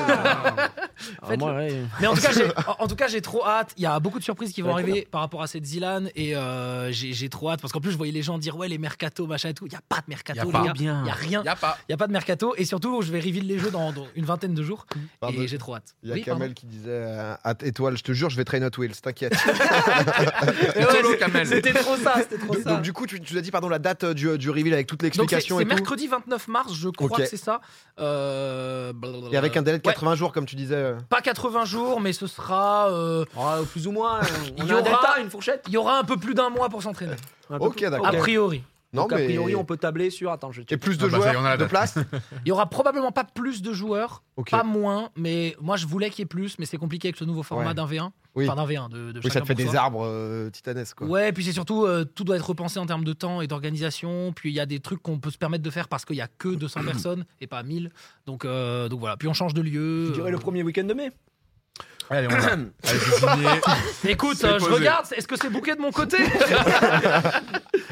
Speaker 2: Ah, moi, ouais.
Speaker 4: Mais en tout cas, j'ai- en- en tout cas, j'ai trop hâte. Il y a beaucoup de surprises qui vont
Speaker 2: Ouais,
Speaker 4: arriver par rapport à cette Zilan et euh, j'ai j'ai trop hâte parce qu'en plus, je voyais les gens dire ouais les mercato machin et tout. Il y a pas de mercato,
Speaker 3: Y a
Speaker 4: les
Speaker 3: pas.
Speaker 4: gars.
Speaker 2: Bien.
Speaker 4: Il y a rien.
Speaker 3: Y a pas.
Speaker 4: Il y a pas de mercato et surtout, je vais reveal les jeux dans, dans une vingtaine de jours
Speaker 1: Pardon.
Speaker 4: et j'ai trop hâte.
Speaker 1: Il y a
Speaker 4: Oui, pardon.
Speaker 1: Kamel qui disait euh, à étoile, je te jure, je vais train Hot Wheels, t'inquiète.
Speaker 4: Et ouais,
Speaker 3: Solo
Speaker 4: c'est-
Speaker 3: Kamel.
Speaker 4: C'était trop ça, c'était trop
Speaker 1: donc,
Speaker 4: ça.
Speaker 1: donc, du coup, tu, tu as dit pardon la date euh, du, du reveal avec toute
Speaker 4: Donc, c'est
Speaker 1: l'explication
Speaker 4: c'est
Speaker 1: et tout.
Speaker 4: mercredi 29 mars, je crois
Speaker 1: Ok.
Speaker 4: que c'est ça. Euh, blablabla.
Speaker 1: Et avec un délai de
Speaker 4: Ouais,
Speaker 1: 80 jours, comme tu disais. euh.
Speaker 4: pas 80 jours, mais ce sera. euh,
Speaker 2: Oh, plus ou moins. euh,
Speaker 4: Il
Speaker 2: On
Speaker 4: y
Speaker 2: a un
Speaker 4: aura-
Speaker 2: delta, une fourchette.
Speaker 4: Il y aura un peu plus d'un mois pour s'entraîner.
Speaker 2: Un peu
Speaker 1: Ok,
Speaker 2: plus.
Speaker 1: d'accord.
Speaker 4: A priori.
Speaker 1: Non,
Speaker 2: Donc, a priori, on peut tabler sur. Attends, je
Speaker 1: Et
Speaker 2: check.
Speaker 1: plus de
Speaker 3: Ah bah, ça y est, on a
Speaker 1: joueurs,
Speaker 3: la
Speaker 1: de
Speaker 3: date.
Speaker 1: places.
Speaker 4: Il y aura probablement pas plus de joueurs,
Speaker 1: Ok.
Speaker 4: pas moins, mais moi je voulais qu'il y ait plus, mais c'est compliqué avec ce nouveau format
Speaker 1: Ouais.
Speaker 4: d'un V1.
Speaker 1: Oui.
Speaker 4: Enfin d'un V1 de, de
Speaker 1: Oui, ça
Speaker 4: chacun
Speaker 1: te fait
Speaker 4: pour
Speaker 1: des
Speaker 4: soi.
Speaker 1: arbres euh, titanesques. Quoi.
Speaker 4: Ouais, puis c'est surtout euh, tout doit être repensé en termes de temps et d'organisation. Puis il y a des trucs qu'on peut se permettre de faire parce qu'il y a que 200 personnes et pas 1000. Donc euh, donc voilà. Puis on change de lieu. euh,
Speaker 2: Tu dirais le premier week-end de mai.
Speaker 3: Allez, on va. Allez, c'est signé.
Speaker 4: Écoute,
Speaker 3: C'est
Speaker 4: euh, je
Speaker 3: posé.
Speaker 4: regarde. Est-ce que c'est bouquet de mon côté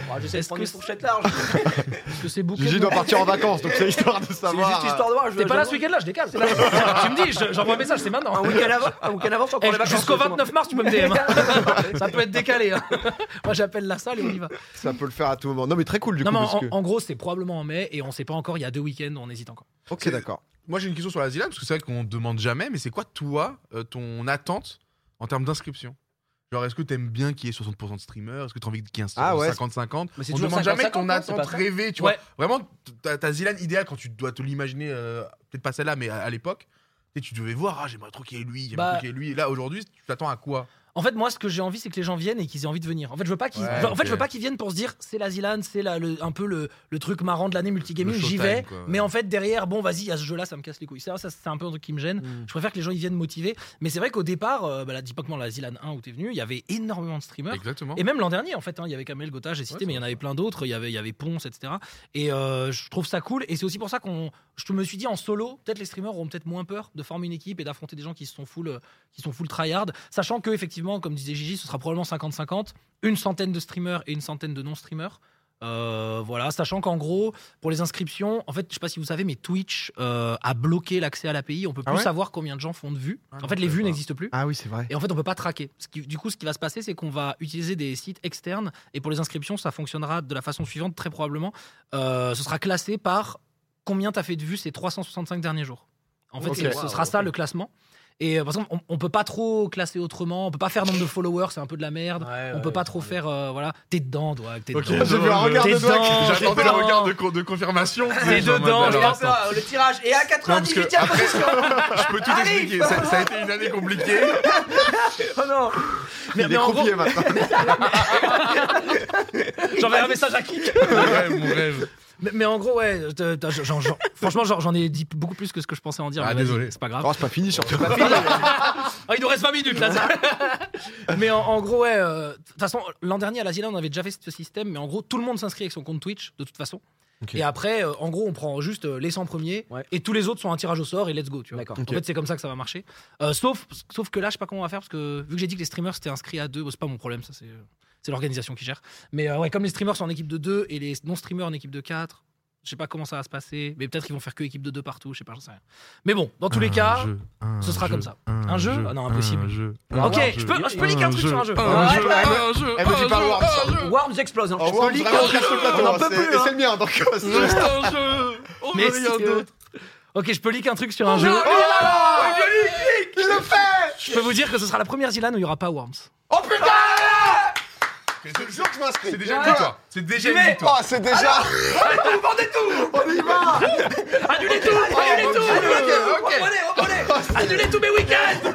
Speaker 2: Oh, J'essaie de
Speaker 4: Est-ce
Speaker 2: prendre
Speaker 4: que
Speaker 2: une
Speaker 4: c'est-
Speaker 2: fourchette large.
Speaker 4: Est-ce que c'est bouquet
Speaker 1: Gigi
Speaker 4: de mon
Speaker 1: doit partir en vacances, donc c'est histoire de
Speaker 2: C'est
Speaker 1: savoir. euh,
Speaker 2: juste histoire de voir. je-
Speaker 4: T'es
Speaker 2: je-
Speaker 4: pas là ce week-end-là, je décale. tu me dis, je- j'envoie un message, c'est maintenant.
Speaker 2: Un week-end avant, un week-end avant, c'est encore
Speaker 4: Eh,
Speaker 2: les vacances.
Speaker 4: Jusqu'au
Speaker 2: justement.
Speaker 4: 29 mars, tu peux me DM. hein. Ça peut être décalé. hein. Moi, j'appelle la salle et on y va.
Speaker 1: euh, Ça peut le faire à tout moment. Non, mais très cool du
Speaker 4: non,
Speaker 1: coup.
Speaker 4: mais
Speaker 1: parce
Speaker 4: en,
Speaker 1: que-
Speaker 4: en gros, c'est probablement en mai et on sait pas encore. Il y a deux week-ends, on hésite encore.
Speaker 1: Ok, d'accord.
Speaker 3: Moi, j'ai une question sur la Zilab, parce que c'est vrai qu'on demande jamais, mais c'est quoi, toi, euh, ton attente en termes d'inscription Genre, est-ce que t'aimes bien qu'il y ait 60% de streamers Est-ce que t'as envie qu'il y ait
Speaker 1: Ah ouais.
Speaker 3: 50-50
Speaker 2: Mais c'est
Speaker 3: On
Speaker 2: toujours
Speaker 3: demande jamais
Speaker 2: 50-50,
Speaker 3: ton
Speaker 2: non, c'est pas
Speaker 3: attente
Speaker 2: ça
Speaker 3: rêvée, tu
Speaker 4: Ouais.
Speaker 3: vois. Vraiment, t- ta, ta Zilane idéale, quand tu dois te l'imaginer, euh, peut-être pas celle-là, mais à, à l'époque, tu sais, tu devais voir, ah, j'aimerais trop qu'il y ait lui, j'aimerais
Speaker 4: Bah.
Speaker 3: trop qu'il y ait lui. Et là, aujourd'hui, tu t'attends à quoi
Speaker 4: En fait, moi, ce que j'ai envie, c'est que les gens viennent et qu'ils aient envie de venir. En fait, je veux pas qu'ils,
Speaker 3: Ouais,
Speaker 4: en fait,
Speaker 3: ok.
Speaker 4: je veux pas qu'ils viennent pour se dire c'est la Zilan, c'est la- le- un peu le, le truc marrant de l'année multigaming,
Speaker 3: Le
Speaker 4: j'y
Speaker 3: showtime,
Speaker 4: vais.
Speaker 3: quoi, ouais.
Speaker 4: Mais en fait, derrière, bon, vas-y, à ce jeu-là, ça me casse les couilles. Ça, ça c'est un peu un truc qui me gêne.
Speaker 3: Mm.
Speaker 4: Je préfère que les gens ils viennent motivés. Mais c'est vrai qu'au départ, euh, bah, là, dis pas que moi, la Zilan 1 où t'es venu, il y avait énormément de streamers.
Speaker 3: Exactement.
Speaker 4: Hein Et même l'an dernier, en fait, hein, il y avait Kamel Gotha, j'ai cité,
Speaker 3: Ouais,
Speaker 4: mais il y en avait plein d'autres. Il y avait, il y avait Ponce, etc. Et euh, je trouve ça cool. Et c'est aussi pour ça qu'on, je me suis dit en solo, peut-être les streamers auront peut-être moins peur de former une équipe et d'affronter des gens qui sont full, euh, qui sont full tryhard, sachant que effectivement, comme disait Gigi, ce sera probablement 50-50, une centaine de streamers et une centaine de non-streamers. Euh, voilà, sachant qu'en gros, pour les inscriptions, en fait, je sais pas si vous savez, mais Twitch euh, a bloqué l'accès à l'API. On peut
Speaker 1: Ah
Speaker 4: plus
Speaker 1: ouais
Speaker 4: savoir combien de gens font de vues.
Speaker 3: Ah
Speaker 4: en
Speaker 3: non,
Speaker 4: fait,
Speaker 3: je
Speaker 4: les
Speaker 3: savais
Speaker 4: vues
Speaker 3: pas.
Speaker 4: n'existent plus.
Speaker 1: Ah oui, c'est vrai.
Speaker 4: Et en fait, on peut pas traquer. Ce qui- du coup, ce qui va se passer, c'est qu'on va utiliser des sites externes. Et pour les inscriptions, ça fonctionnera de la façon suivante, très probablement. Euh, ce sera classé par combien tu as fait de vues ces 365 derniers jours. En fait,
Speaker 1: Ok.
Speaker 4: c'est- ce
Speaker 2: Wow,
Speaker 4: sera
Speaker 2: ok.
Speaker 4: ça le classement. Et euh, par exemple, on, on peut pas trop classer autrement. On peut pas faire nombre de followers, c'est un peu de la merde. on peut pas trop faire. euh, voilà, t'es dedans, Doig. T'es
Speaker 3: Ok,
Speaker 4: dedans.
Speaker 1: J'ai vu un regard
Speaker 4: T'es
Speaker 1: de doigt qui-
Speaker 4: dedans,
Speaker 3: J'attendais
Speaker 4: t'es
Speaker 3: le regard
Speaker 4: dedans.
Speaker 3: de, co- de confirmation.
Speaker 4: T'es
Speaker 3: Genre,
Speaker 4: dedans,
Speaker 3: madame,
Speaker 4: je
Speaker 3: alors,
Speaker 4: pense
Speaker 3: attends.
Speaker 2: le tirage est à
Speaker 3: Non, parce que
Speaker 2: 98
Speaker 3: après, je peux tout
Speaker 2: Arrive.
Speaker 3: expliquer. Ça, ça a été une année compliquée.
Speaker 2: Oh non
Speaker 1: Il
Speaker 4: Mais,
Speaker 1: est
Speaker 4: mais en gros, ah,
Speaker 1: croupier maintenant.
Speaker 4: j'enverrai un message à Kik.
Speaker 3: Mon rêve, mon rêve.
Speaker 4: Mais, mais en gros, ouais, t'as- t'as- j'en- j'en- franchement, j'en j'en ai dit beaucoup plus que ce que je pensais en dire.
Speaker 3: Ah,
Speaker 4: mais vas-y,
Speaker 3: désolé.
Speaker 4: C'est pas grave.
Speaker 1: Oh, c'est pas fini
Speaker 4: euh,
Speaker 1: surtout.
Speaker 4: Ah, il nous reste 20 minutes là. mais en, en gros, ouais. euh, De toute façon, l'an dernier à la Zila, on avait déjà fait ce système, mais en gros, tout le monde s'inscrit avec son compte Twitch, de toute façon.
Speaker 1: Ok.
Speaker 4: Et après, euh, en gros, on prend juste euh, les 100 premiers
Speaker 2: Ouais.
Speaker 4: et tous les autres sont un tirage au sort et let's go, tu vois.
Speaker 2: D'accord.
Speaker 1: Ok.
Speaker 4: En fait, c'est comme ça que ça va marcher. Euh, sauf, sauf que là, je sais pas comment on va faire parce que vu que j'ai dit que les streamers c'était inscrit à deux, bon, c'est pas mon problème, ça c'est euh, c'est l'organisation qui gère. Mais euh, ouais, comme les streamers sont en équipe de deux et les non-streamers en équipe de quatre, je sais pas comment ça va se passer, mais peut-être qu'ils vont faire que équipe de deux partout, je sais pas, j'en sais rien. Mais bon, dans
Speaker 1: Ah,
Speaker 4: tous les cas, ce sera comme ça. Un jeu Ah non, impossible.
Speaker 2: Ah,
Speaker 4: ok,
Speaker 2: un
Speaker 4: je peux, je peux
Speaker 2: Un
Speaker 4: liker un truc sur un jeu.
Speaker 3: Un
Speaker 2: Ouais,
Speaker 3: jeu,
Speaker 2: ouais,
Speaker 3: un jeu.
Speaker 1: Eh,
Speaker 4: oh,
Speaker 1: vas-y,
Speaker 3: un
Speaker 1: parle
Speaker 3: jeu,
Speaker 1: Worms.
Speaker 3: un jeu.
Speaker 2: Worms explose. hein.
Speaker 1: Oh,
Speaker 2: Je peux
Speaker 1: Worms,
Speaker 2: liker
Speaker 1: vraiment, on
Speaker 2: un truc.
Speaker 1: casse le plateau,
Speaker 2: On en
Speaker 1: hein,
Speaker 2: peut
Speaker 1: c'est-
Speaker 2: plus,
Speaker 1: Et
Speaker 2: hein.
Speaker 1: c'est le mien, donc. euh, c'est-
Speaker 3: Juste un jeu. On
Speaker 4: Mais
Speaker 3: veut rien
Speaker 4: si-
Speaker 3: d'autre.
Speaker 4: Ok, je peux liker un truc sur un jeu.
Speaker 1: Il le fait
Speaker 4: Je peux vous dire que ce sera la première Zilan où il y aura pas Worms.
Speaker 1: Oh putain
Speaker 3: Mais
Speaker 1: Je te jure que je m'inscris.
Speaker 3: C'est déjà une
Speaker 1: Voilà.
Speaker 3: victoire. C'est déjà une
Speaker 2: vais.
Speaker 4: Ah,
Speaker 3: victoire.
Speaker 1: Oh, c'est déjà. On y va
Speaker 4: Annulez tout Annulez tout
Speaker 2: Reprenez, reprenez
Speaker 4: Annulez tous mes week-ends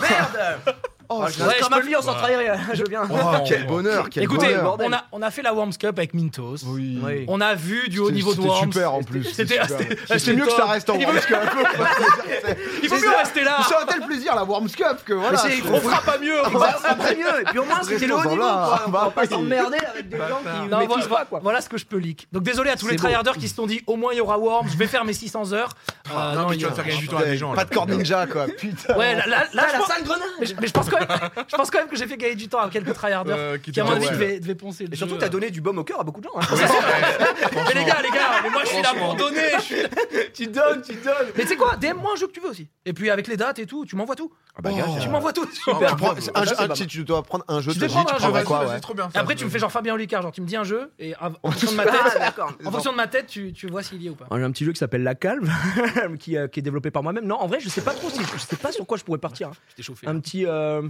Speaker 2: Merde
Speaker 1: Oh, c'est-
Speaker 4: Ouais,
Speaker 2: Comme
Speaker 4: je
Speaker 2: ma
Speaker 4: peux-
Speaker 2: fille, on s'en trahirait. Je veux bien.
Speaker 1: Oh, quel bonheur, quel
Speaker 4: Écoutez,
Speaker 1: bonheur.
Speaker 4: on a, on a fait la Worms Cup avec Mintos.
Speaker 1: Oui.
Speaker 2: Oui.
Speaker 4: On a vu du haut
Speaker 1: C'était-
Speaker 4: niveau de
Speaker 1: c'était
Speaker 4: Worms.
Speaker 1: super en plus.
Speaker 4: C'était-
Speaker 1: super.
Speaker 4: c'était-
Speaker 1: C'est
Speaker 4: c'était
Speaker 1: mieux que ça
Speaker 4: top.
Speaker 1: reste en
Speaker 4: Il
Speaker 1: Worms Cup.
Speaker 4: Il faut
Speaker 1: C'est
Speaker 4: mieux
Speaker 1: ça.
Speaker 4: rester là
Speaker 1: C'est un tel plaisir la Worms Cup que voilà.
Speaker 2: c'est-
Speaker 4: On fera pas mieux
Speaker 2: Bah, on ferait mieux. Et puis au moins, c'était le haut
Speaker 1: Restons-en
Speaker 2: niveau.
Speaker 1: là.
Speaker 2: quoi. On
Speaker 1: Bah
Speaker 2: va pas
Speaker 1: oui.
Speaker 2: s'emmerder avec des gens
Speaker 3: Bâtard.
Speaker 2: qui
Speaker 4: Non,
Speaker 2: ne
Speaker 4: voilà,
Speaker 2: maîtrisent pas, quoi.
Speaker 4: voilà ce que je peux leak. Donc désolé à tous les
Speaker 2: C'est beau.
Speaker 4: tryharders qui se sont dit au moins il y aura Worms, je vais faire mes 600 heures. Euh,
Speaker 3: Non, mais tu
Speaker 4: il-
Speaker 3: vas faire gagner du temps à
Speaker 1: Putain,
Speaker 3: des gens.
Speaker 1: Pas
Speaker 3: là.
Speaker 1: de corps ninja quoi. Putain.
Speaker 4: Ouais, là, là, là,
Speaker 2: Là,
Speaker 4: je
Speaker 2: la
Speaker 4: pense-
Speaker 2: sale grenade
Speaker 4: mais, je, mais je pense quand même, je pense quand même que j'ai fait gagner du temps à quelques tryharders
Speaker 3: Euh, qui
Speaker 4: qui à mon
Speaker 3: t'ont-
Speaker 4: avis
Speaker 3: ouais.
Speaker 4: devaient, devaient poncer le
Speaker 2: Et surtout,
Speaker 4: jeu.
Speaker 2: t'as donné du baume au cœur à beaucoup de gens. hein.
Speaker 3: Ouais,
Speaker 4: Mais les gars, les gars, mais moi je suis là pour
Speaker 3: Franchement.
Speaker 4: donner. je suis-
Speaker 2: tu donnes, tu donnes.
Speaker 4: Mais tu sais quoi, DM-moi un jeu que tu veux aussi. Et puis avec les dates et tout, tu m'envoies tout.
Speaker 1: bah,
Speaker 2: Oh,
Speaker 1: gars,
Speaker 4: Tu
Speaker 1: euh,
Speaker 4: m'envoies tout.
Speaker 1: Tu
Speaker 4: Super.
Speaker 3: ouais.
Speaker 1: prends-
Speaker 3: Ah,
Speaker 1: un
Speaker 2: ça,
Speaker 1: jeu-
Speaker 2: c'est
Speaker 1: un-
Speaker 2: pas
Speaker 1: si tu dois prendre un jeu
Speaker 4: Tu
Speaker 1: de
Speaker 4: dois
Speaker 1: J,
Speaker 4: prendre
Speaker 1: tu
Speaker 4: un jeu,
Speaker 1: prendras
Speaker 4: vas-y,
Speaker 1: quoi
Speaker 3: Vas-y,
Speaker 1: ouais.
Speaker 3: c'est trop bien.
Speaker 4: Et
Speaker 3: ça,
Speaker 4: après,
Speaker 3: je-
Speaker 4: tu me fais genre Fabien Olicard, genre tu me dis un jeu et en en fonction de ma
Speaker 2: Ah,
Speaker 4: tête,
Speaker 2: d'accord.
Speaker 4: en fonction de ma tête, tu, tu vois s'il y est ou pas.
Speaker 2: On a Oh, un petit jeu qui s'appelle La Calme, qui, euh, qui est développé par moi-même. Non, en vrai, je sais pas trop, si, je sais pas sur quoi je pourrais partir. hein.
Speaker 4: Je t'ai chauffé.
Speaker 2: Un petit, euh,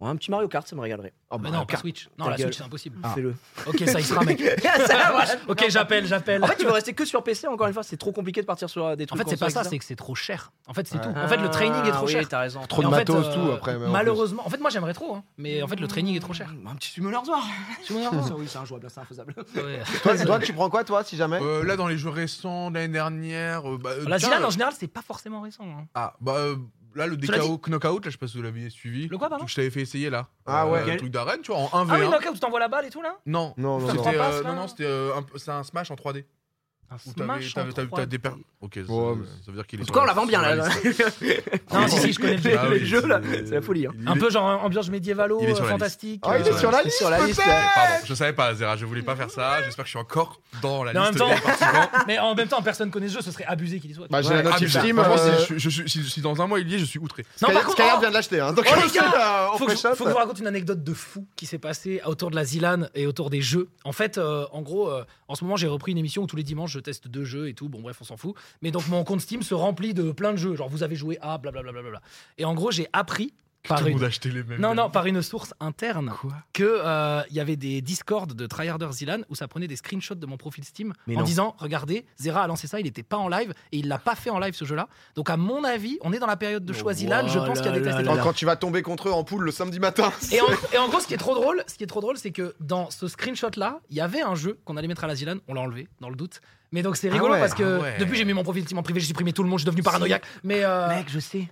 Speaker 2: ouais, un petit Mario Kart, ça me régalerait. Oh,
Speaker 4: Mais
Speaker 2: bah,
Speaker 4: non, pas
Speaker 2: Kart,
Speaker 4: Switch. Non,
Speaker 2: Ta
Speaker 4: la
Speaker 2: gueule.
Speaker 4: Switch c'est impossible.
Speaker 1: Ah.
Speaker 2: fais-le.
Speaker 4: Ok, ça il sera mec.
Speaker 2: Ça marche.
Speaker 4: Ok, j'appelle, j'appelle.
Speaker 2: En fait, tu veux rester que sur PC. Encore une fois, c'est trop compliqué de partir sur euh, des
Speaker 4: En
Speaker 2: trucs.
Speaker 4: fait, c'est pas
Speaker 2: consoles,
Speaker 4: ça,
Speaker 2: etc.
Speaker 4: c'est que c'est trop cher. En fait, c'est
Speaker 1: Ouais.
Speaker 4: tout. En fait, le training est trop
Speaker 2: Ah, oui,
Speaker 4: cher.
Speaker 2: T'as raison.
Speaker 1: Trop
Speaker 4: Et
Speaker 1: de
Speaker 4: en fait,
Speaker 1: matos,
Speaker 4: euh,
Speaker 1: tout après. mais en plus.
Speaker 4: Malheureusement, en fait, moi j'aimerais trop, hein. mais en fait, le training est trop cher.
Speaker 2: Un petit Summoner's War.
Speaker 4: Summoner's
Speaker 2: Ah
Speaker 1: euh,
Speaker 2: Oui, c'est injouable, c'est infaisable.
Speaker 4: Ouais.
Speaker 1: Toi, toi, tu prends quoi toi si jamais
Speaker 3: Euh, là, dans les jeux récents de l'année dernière. euh, bah, euh,
Speaker 4: La
Speaker 3: tiens,
Speaker 4: Zilane
Speaker 3: euh,
Speaker 4: en général, c'est pas forcément récent. hein.
Speaker 3: Ah, bah euh, là, le
Speaker 4: Cela
Speaker 3: DKO Knockout, là, je sais pas si vous l'avez suivi.
Speaker 4: Le quoi, pardon
Speaker 3: truc que Je t'avais fait essayer là.
Speaker 1: Ah
Speaker 3: Euh,
Speaker 1: ouais.
Speaker 3: Le truc d'arène, tu vois, en 1v1.
Speaker 4: Ah oui, knockout, tu t'envoies la balle et tout là
Speaker 3: Non,
Speaker 1: Non, non,
Speaker 3: c'était,
Speaker 1: non.
Speaker 4: Tu passes,
Speaker 3: euh,
Speaker 4: là
Speaker 3: non, non, c'était euh, un peu- c'est un smash en 3D.
Speaker 4: Un
Speaker 3: Où t'avais-
Speaker 4: smash
Speaker 3: t'avais-
Speaker 4: en
Speaker 3: t'avais-
Speaker 4: trois.
Speaker 3: t'as des per- Ok, ça,
Speaker 1: Ouais, mais-
Speaker 3: ça veut dire qu'il est.
Speaker 2: En tout
Speaker 3: sur
Speaker 2: cas, on
Speaker 3: la-
Speaker 2: la vend bien
Speaker 3: sur
Speaker 2: là.
Speaker 3: la liste.
Speaker 4: Non, si, si, je connais le jeu.
Speaker 3: Ah
Speaker 2: le
Speaker 3: oui,
Speaker 2: jeu là,
Speaker 3: c'est-
Speaker 2: c'est la folie. hein.
Speaker 4: Un peu genre ambiance médiévalo,
Speaker 3: Il est sur
Speaker 4: euh,
Speaker 3: la liste.
Speaker 4: fantastique.
Speaker 1: Ah, il
Speaker 4: euh,
Speaker 1: est sur la
Speaker 2: Il est
Speaker 1: liste.
Speaker 2: sur la liste.
Speaker 1: peut-être
Speaker 3: Pardon, je savais pas, Zera, je voulais pas faire ça. J'espère que je suis encore dans la
Speaker 4: Mais en
Speaker 3: liste.
Speaker 4: même temps-
Speaker 3: des participants.
Speaker 4: Mais en même temps, personne connaît ce jeu, ce serait abusé qu'il y soit.
Speaker 1: Bah, j'ai la
Speaker 3: Ah,
Speaker 1: note
Speaker 3: mais je-
Speaker 1: Steam.
Speaker 3: franchement,
Speaker 1: euh,
Speaker 3: si, je- je- je- si- si dans un mois il y est, je suis outré.
Speaker 4: non, par
Speaker 1: Sky-
Speaker 4: contre,
Speaker 1: Skyrim
Speaker 4: oh,
Speaker 1: vient de l'acheter. hein, Donc,
Speaker 4: Oh, les
Speaker 1: aussi,
Speaker 4: gars,
Speaker 1: euh, on
Speaker 4: faut, que je,
Speaker 1: pré-shot.
Speaker 4: faut que je vous raconte une anecdote de fou qui s'est passée autour de la Zilane et autour des jeux. En fait, euh, en gros, euh, en ce moment, j'ai repris une émission où tous les dimanches, je teste deux jeux et tout. Bon, bref, on s'en fout. Mais donc, mon compte Steam se remplit de plein de jeux. Genre, vous avez joué à blablabla. Et en gros, j'ai appris
Speaker 3: Que
Speaker 4: Par
Speaker 3: tout le
Speaker 4: une-
Speaker 3: monde a acheté les mêmes.
Speaker 4: Non, non, par une source interne.
Speaker 3: Quoi
Speaker 4: que euh, il y avait des discords de tryharders Zilan où ça prenait des screenshots de mon profil Steam
Speaker 2: Mais
Speaker 4: en
Speaker 2: non.
Speaker 4: disant regardez Zera a lancé ça il n'était pas en live et il l'a pas fait en live ce jeu là donc à mon avis on est dans la période de choix
Speaker 2: Oh,
Speaker 4: Zilan je pense qu'il
Speaker 2: là
Speaker 4: y a des
Speaker 2: là
Speaker 4: tests
Speaker 2: là
Speaker 4: et
Speaker 1: Quand,
Speaker 4: tout.
Speaker 2: là.
Speaker 1: quand tu vas tomber contre eux en poule le samedi matin.
Speaker 4: et en, et en gros ce qui est trop drôle ce qui est trop drôle c'est que dans ce screenshot là il y avait un jeu qu'on allait mettre à la Zilan on l'a enlevé dans le doute mais donc c'est
Speaker 1: Ah
Speaker 4: rigolo
Speaker 1: ouais,
Speaker 4: parce que
Speaker 3: ah ouais.
Speaker 4: depuis j'ai mis mon profil Steam en privé j'ai supprimé tout le monde je suis devenu paranoïaque mais
Speaker 3: Ah.
Speaker 4: euh,
Speaker 2: Mec, je sais.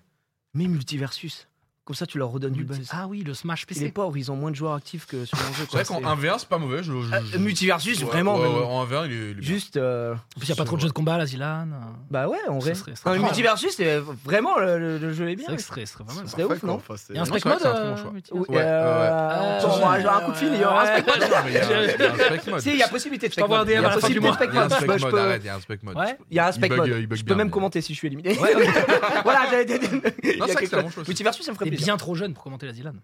Speaker 2: Mais multiversus. Comme ça, tu leur redonnes du
Speaker 4: multi-
Speaker 2: buzz.
Speaker 4: ah oui le Smash
Speaker 2: Les
Speaker 4: PC
Speaker 2: pauvres, ils ont moins de joueurs actifs que sur mon jeu. Ah,
Speaker 3: C'est vrai qu'en 1v1, c'est pas mauvais. Je, je- je-
Speaker 2: multiversus,
Speaker 3: Ouais,
Speaker 2: vraiment.
Speaker 3: ouais,
Speaker 2: même.
Speaker 3: ouais, en 1v1, il est. il est bien.
Speaker 2: Juste. euh,
Speaker 4: en plus il y a pas trop de jeux de combat à la Zilan
Speaker 2: Bah ouais, en vrai.
Speaker 4: Ça serait- ça
Speaker 2: Non, mais
Speaker 4: serait-
Speaker 2: multiversus, c'est vraiment le, le- le jeu est
Speaker 4: c'est
Speaker 2: bien.
Speaker 4: vrai que ce serait, ce serait pas mal
Speaker 2: Ce
Speaker 4: ça.
Speaker 2: serait ouf, non
Speaker 4: il y a
Speaker 3: Non,
Speaker 4: un
Speaker 3: c'est
Speaker 4: spec
Speaker 3: vrai
Speaker 4: mode
Speaker 3: que c'est un très bon
Speaker 4: euh,
Speaker 3: choix.
Speaker 4: multi-
Speaker 2: Oui,
Speaker 3: Ouais, ouais,
Speaker 2: euh,
Speaker 4: ouais.
Speaker 2: t'en
Speaker 4: Ouais,
Speaker 2: auras un coup de fil, il y aura un
Speaker 4: ouais.
Speaker 2: spec mode.
Speaker 3: Non, mais il y a- il y a un spec mode.
Speaker 2: Si, il y a possibilité de spec
Speaker 4: t'envoie un
Speaker 2: mode.
Speaker 4: DM
Speaker 2: Il y a
Speaker 4: à la fin du
Speaker 2: possibilité
Speaker 4: mois.
Speaker 2: de spec
Speaker 3: Il y a un
Speaker 2: mode.
Speaker 3: spec
Speaker 2: Je
Speaker 3: mode,
Speaker 2: peux-
Speaker 3: arrête, il y a un spec mode.
Speaker 2: Ouais, il y a un
Speaker 3: Il
Speaker 2: spec
Speaker 3: bug, euh,
Speaker 2: mode.
Speaker 3: il bug
Speaker 2: je peux
Speaker 3: bien,
Speaker 2: même
Speaker 3: mais-
Speaker 2: commenter si je suis éliminé. voilà, j'avais des. il y a
Speaker 3: c'est vrai que
Speaker 2: quelque
Speaker 3: c'est
Speaker 2: chose.
Speaker 3: un bon choix aussi.
Speaker 2: Multiversus, ça me ferait
Speaker 4: T'es
Speaker 2: plaisir.
Speaker 4: bien trop jeune pour commenter la Dylan.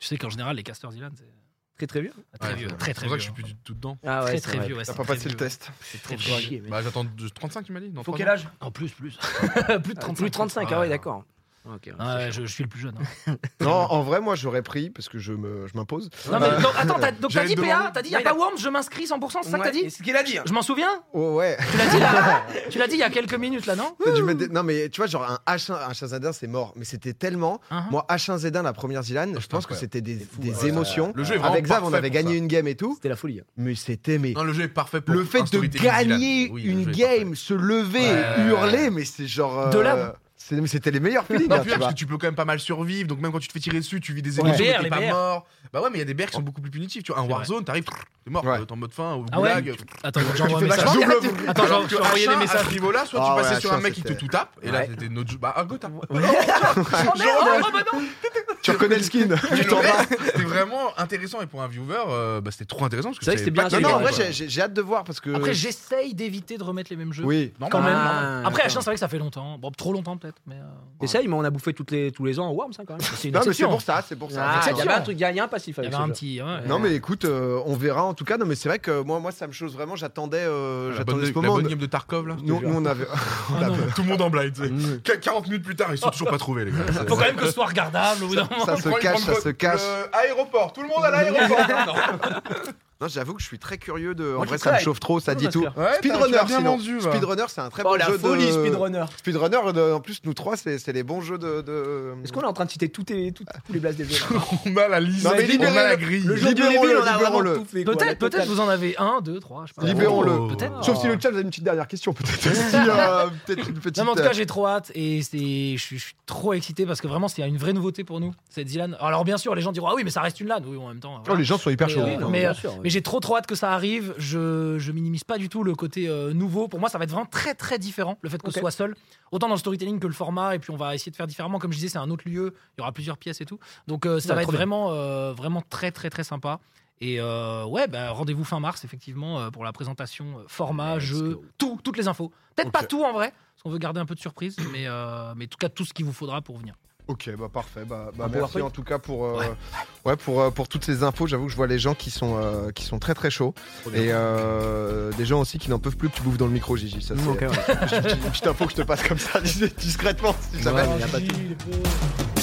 Speaker 4: Tu sais qu'en général, les casteurs Dylan, c'est
Speaker 2: Très très vieux.
Speaker 4: très
Speaker 3: Ouais,
Speaker 4: vieux.
Speaker 3: c'est-
Speaker 4: Très,
Speaker 3: C'est
Speaker 4: très
Speaker 3: pour ça
Speaker 4: vieux.
Speaker 3: que je suis plus du tout dedans.
Speaker 2: Ah
Speaker 4: Très, très vieux. ouais,
Speaker 1: T'as
Speaker 4: c'est
Speaker 1: pas
Speaker 4: très
Speaker 1: passé le
Speaker 4: vieux.
Speaker 1: test.
Speaker 4: C'est très
Speaker 2: Faut
Speaker 4: vieux.
Speaker 3: Bah, j'attends de- 35, tu m'as dit dans
Speaker 2: Faut
Speaker 3: trois
Speaker 2: quel
Speaker 3: ans.
Speaker 2: âge
Speaker 4: En plus, plus. plus de 35.
Speaker 2: Plus de 35, ah
Speaker 3: Ouais.
Speaker 2: ouais, d'accord. Ok. ouais,
Speaker 4: Ah
Speaker 2: c'est
Speaker 4: ouais,
Speaker 2: chaud.
Speaker 4: je, je suis le plus jeune. hein.
Speaker 1: Non, en vrai, moi, j'aurais pris parce que je me- je m'impose.
Speaker 4: non, mais,
Speaker 3: Ah.
Speaker 4: donc, attends, t'as, donc t'as
Speaker 3: J'allais
Speaker 4: dit
Speaker 3: te
Speaker 4: PA,
Speaker 3: demander-
Speaker 4: t'as dit, y a
Speaker 2: Ouais,
Speaker 4: pas Worms, je m'inscris 100%, c'est ça que t'as
Speaker 2: Ouais, et
Speaker 4: dit
Speaker 2: C'est ce qu'il a dit. hein.
Speaker 4: Je m'en souviens
Speaker 1: Oh ouais.
Speaker 4: Tu l'as dit là Tu l'as dit il y a quelques minutes là, non
Speaker 1: T'as dû mettre des- Non, mais tu vois, genre un H1, un H1Z1, c'est mort. Mais c'était tellement.
Speaker 4: Hein, hein.
Speaker 1: Moi, H1Z1, la première Zilan, je
Speaker 3: c'était
Speaker 1: pense que
Speaker 3: Ah, incroyable.
Speaker 1: c'était des,
Speaker 2: fou,
Speaker 1: des
Speaker 2: ouais.
Speaker 1: émotions.
Speaker 3: Le jeu est vraiment
Speaker 1: Avec Zav, on
Speaker 3: parfait
Speaker 1: avait
Speaker 3: pour
Speaker 1: gagné
Speaker 3: ça.
Speaker 1: une game et tout.
Speaker 2: C'était la folie.
Speaker 1: Mais c'était mais.
Speaker 3: Non, le jeu est parfait pour
Speaker 1: Le fait
Speaker 3: un
Speaker 1: de
Speaker 3: storytelling
Speaker 1: gagner
Speaker 3: Dylan. Oui, le
Speaker 1: une
Speaker 3: jeu est
Speaker 1: game, se lever,
Speaker 3: Ouais.
Speaker 1: hurler, mais c'est genre. euh,
Speaker 4: De là.
Speaker 1: c'est- mais C'était les meilleurs feelings.
Speaker 3: Non,
Speaker 1: hein,
Speaker 3: puis là,
Speaker 1: tu
Speaker 3: parce
Speaker 1: vois.
Speaker 3: que tu peux quand même pas mal survivre, donc même quand tu te fais tirer dessus, tu vis des émotions,
Speaker 4: Les
Speaker 3: mais
Speaker 4: BR,
Speaker 3: t'es
Speaker 4: les
Speaker 3: pas
Speaker 4: BR.
Speaker 3: mort. Bah ouais, mais il y a des BR qui sont beaucoup plus punitifs, tu vois. Un
Speaker 4: C'est vrai.
Speaker 3: Warzone, t'arrives, prrr, t'es mort, euh,
Speaker 1: Ouais.
Speaker 3: t'es en mode fin, au
Speaker 4: Ah ouais
Speaker 3: goulag.
Speaker 4: Attends, j'envoie un
Speaker 1: fais
Speaker 4: message.
Speaker 1: vachement bien.
Speaker 3: Double vous.
Speaker 4: Attends,
Speaker 3: Alors
Speaker 4: je-
Speaker 3: que
Speaker 4: je vais envoyer
Speaker 3: H1,
Speaker 4: des messages.
Speaker 3: À ce niveau-là, soit
Speaker 1: Ah
Speaker 3: tu
Speaker 1: ouais,
Speaker 3: passais sur
Speaker 1: H1,
Speaker 3: un mec qui te
Speaker 1: c'était-
Speaker 3: tout tape, et là,
Speaker 2: Ouais.
Speaker 3: c'était notre jeu. Bah, un gotha.
Speaker 4: Oh, bah
Speaker 1: Tu reconnais le skin.
Speaker 3: Mais
Speaker 1: tu
Speaker 3: le
Speaker 1: t'en vas.
Speaker 3: reste, C'était vraiment intéressant, et pour un viewer, euh, bah, c'était trop intéressant. parce
Speaker 2: C'est vrai que c'était bien
Speaker 3: pas
Speaker 1: Non,
Speaker 2: les
Speaker 1: non, en
Speaker 2: gars,
Speaker 1: vrai,
Speaker 3: quoi.
Speaker 1: j'ai- j'ai j'ai hâte de voir parce que.
Speaker 4: Après, j'essaye d'éviter de remettre les mêmes jeux.
Speaker 1: euh, Oui.
Speaker 3: Non,
Speaker 4: Quand
Speaker 3: mais-
Speaker 4: même.
Speaker 2: Ah,
Speaker 4: Après, H1,
Speaker 2: d'accord.
Speaker 4: c'est vrai que ça fait longtemps. Bon, trop longtemps peut-être. Mais euh,
Speaker 2: Essaye, mais on a bouffé toutes les, tous les ans en Worms, hein, quand même.
Speaker 4: c'est une
Speaker 1: Non, mais c'est
Speaker 4: exception.
Speaker 1: pour ça, c'est pour ça.
Speaker 2: Ah,
Speaker 1: C'est
Speaker 2: Il y
Speaker 1: pour ça.
Speaker 2: avait un truc, il y a- il y a un passif
Speaker 4: Il y
Speaker 2: avec
Speaker 4: avait
Speaker 2: ce
Speaker 4: un
Speaker 2: jeu.
Speaker 4: petit. ouais.
Speaker 1: Non mais écoute, euh, on verra en tout cas. Non mais c'est vrai que moi, moi ça me chose vraiment. J'attendais, euh,
Speaker 3: La
Speaker 1: j'attendais
Speaker 3: bonne
Speaker 1: ce
Speaker 3: la
Speaker 1: moment.
Speaker 3: bonne game de Tarkov, là.
Speaker 1: Nous, nous, on avait.
Speaker 4: Ah non.
Speaker 3: Tout le monde en blind. tu sais.
Speaker 2: Mm.
Speaker 3: Qu- 40 minutes plus tard, ils sont toujours pas trouvés, les gars. C'est-
Speaker 4: Faut quand même que ce soit regardable au bout d'un moment.
Speaker 1: Ça se cache, ça se cache.
Speaker 3: Aéroport, tout le monde à l'aéroport.
Speaker 1: Non, j'avoue que je suis très curieux de. En
Speaker 2: Moi, je
Speaker 1: vrai,
Speaker 2: suis
Speaker 1: ça me
Speaker 2: très-
Speaker 1: chauffe trop, ça dit tout.
Speaker 2: Master.
Speaker 3: Ouais,
Speaker 1: Speedrunner,
Speaker 3: t'as bien
Speaker 1: sinon.
Speaker 3: vendu, va.
Speaker 1: Speedrunner, c'est un très
Speaker 2: Oh
Speaker 1: bon
Speaker 2: la
Speaker 1: jeu
Speaker 2: folie,
Speaker 1: de.
Speaker 2: speedrunner.
Speaker 1: Speedrunner, de- en plus, nous trois, c'est c'est les bons jeux de. de-
Speaker 2: Est-ce qu'on est en train de citer tous les- tous- tous les blases des jeux là
Speaker 3: On a la liste,
Speaker 1: Non, mais
Speaker 3: on a la
Speaker 1: libérez-le.
Speaker 3: grille.
Speaker 2: Le jeu de
Speaker 1: Libérons-le,
Speaker 2: début, on a vraiment
Speaker 1: libérons-le.
Speaker 2: tout fait. quoi, la
Speaker 4: Peut-être, peut-être
Speaker 2: totale.
Speaker 4: vous en avez un, deux, trois, je sais pas.
Speaker 1: Libérons-le.
Speaker 4: Peut-être.
Speaker 1: Sauf si le chat vous avez une petite dernière question, peut-être. Si, euh, peut-être une petite. euh,
Speaker 4: Non, mais en tout cas, j'ai trop hâte et c'est, je suis je suis trop excité parce que vraiment, c'est une vraie nouveauté pour nous, cette Dylan. Alors, bien sûr, les gens diront Ah oui, mais ça reste une LAN. Oui, en même temps.
Speaker 1: Oh,
Speaker 4: voilà.
Speaker 1: les gens sont hyper
Speaker 4: Mais,
Speaker 1: chauds.
Speaker 4: euh,
Speaker 2: Oui, non,
Speaker 4: mais,
Speaker 2: bien
Speaker 4: euh,
Speaker 2: sûr, oui.
Speaker 4: Mais j'ai trop trop hâte que ça arrive. Je, je minimise pas du tout le côté euh, nouveau. Pour moi, ça va être vraiment très très différent le fait qu'on
Speaker 2: Ok.
Speaker 4: soit seul. Autant dans le storytelling que le format. Et puis on va essayer de faire différemment. Comme je disais, c'est un autre lieu. Il y aura plusieurs pièces et tout. Donc euh, ça
Speaker 2: Ouais,
Speaker 4: va être
Speaker 2: trop bien.
Speaker 4: vraiment euh, vraiment très très très sympa. Et euh, ouais, bah, rendez-vous fin mars effectivement euh, pour la présentation euh, format,
Speaker 2: Let's
Speaker 4: jeu,
Speaker 2: go.
Speaker 4: tout, toutes les infos. Peut-être
Speaker 1: Ok.
Speaker 4: pas tout en vrai. Parce qu'on veut garder un peu de surprise, mais, euh, mais en tout cas tout ce qu'il vous faudra pour venir.
Speaker 1: Ok, bah parfait. Bah, bah,
Speaker 2: Un
Speaker 1: merci
Speaker 2: PowerPoint.
Speaker 1: en tout cas pour, euh, ouais.
Speaker 4: Ouais.
Speaker 1: pour, euh, pour toutes ces infos. J'avoue que je vois les gens qui sont, euh, qui sont très très chauds
Speaker 3: Trop bien.
Speaker 1: et euh, des gens aussi qui n'en peuvent plus que tu bouffes dans le micro, Gigi. Ça, c'est
Speaker 2: Mm, ok, ouais.
Speaker 1: une petite info que je te passe comme ça discrètement si jamais.
Speaker 2: Ouais, mais y a pas de-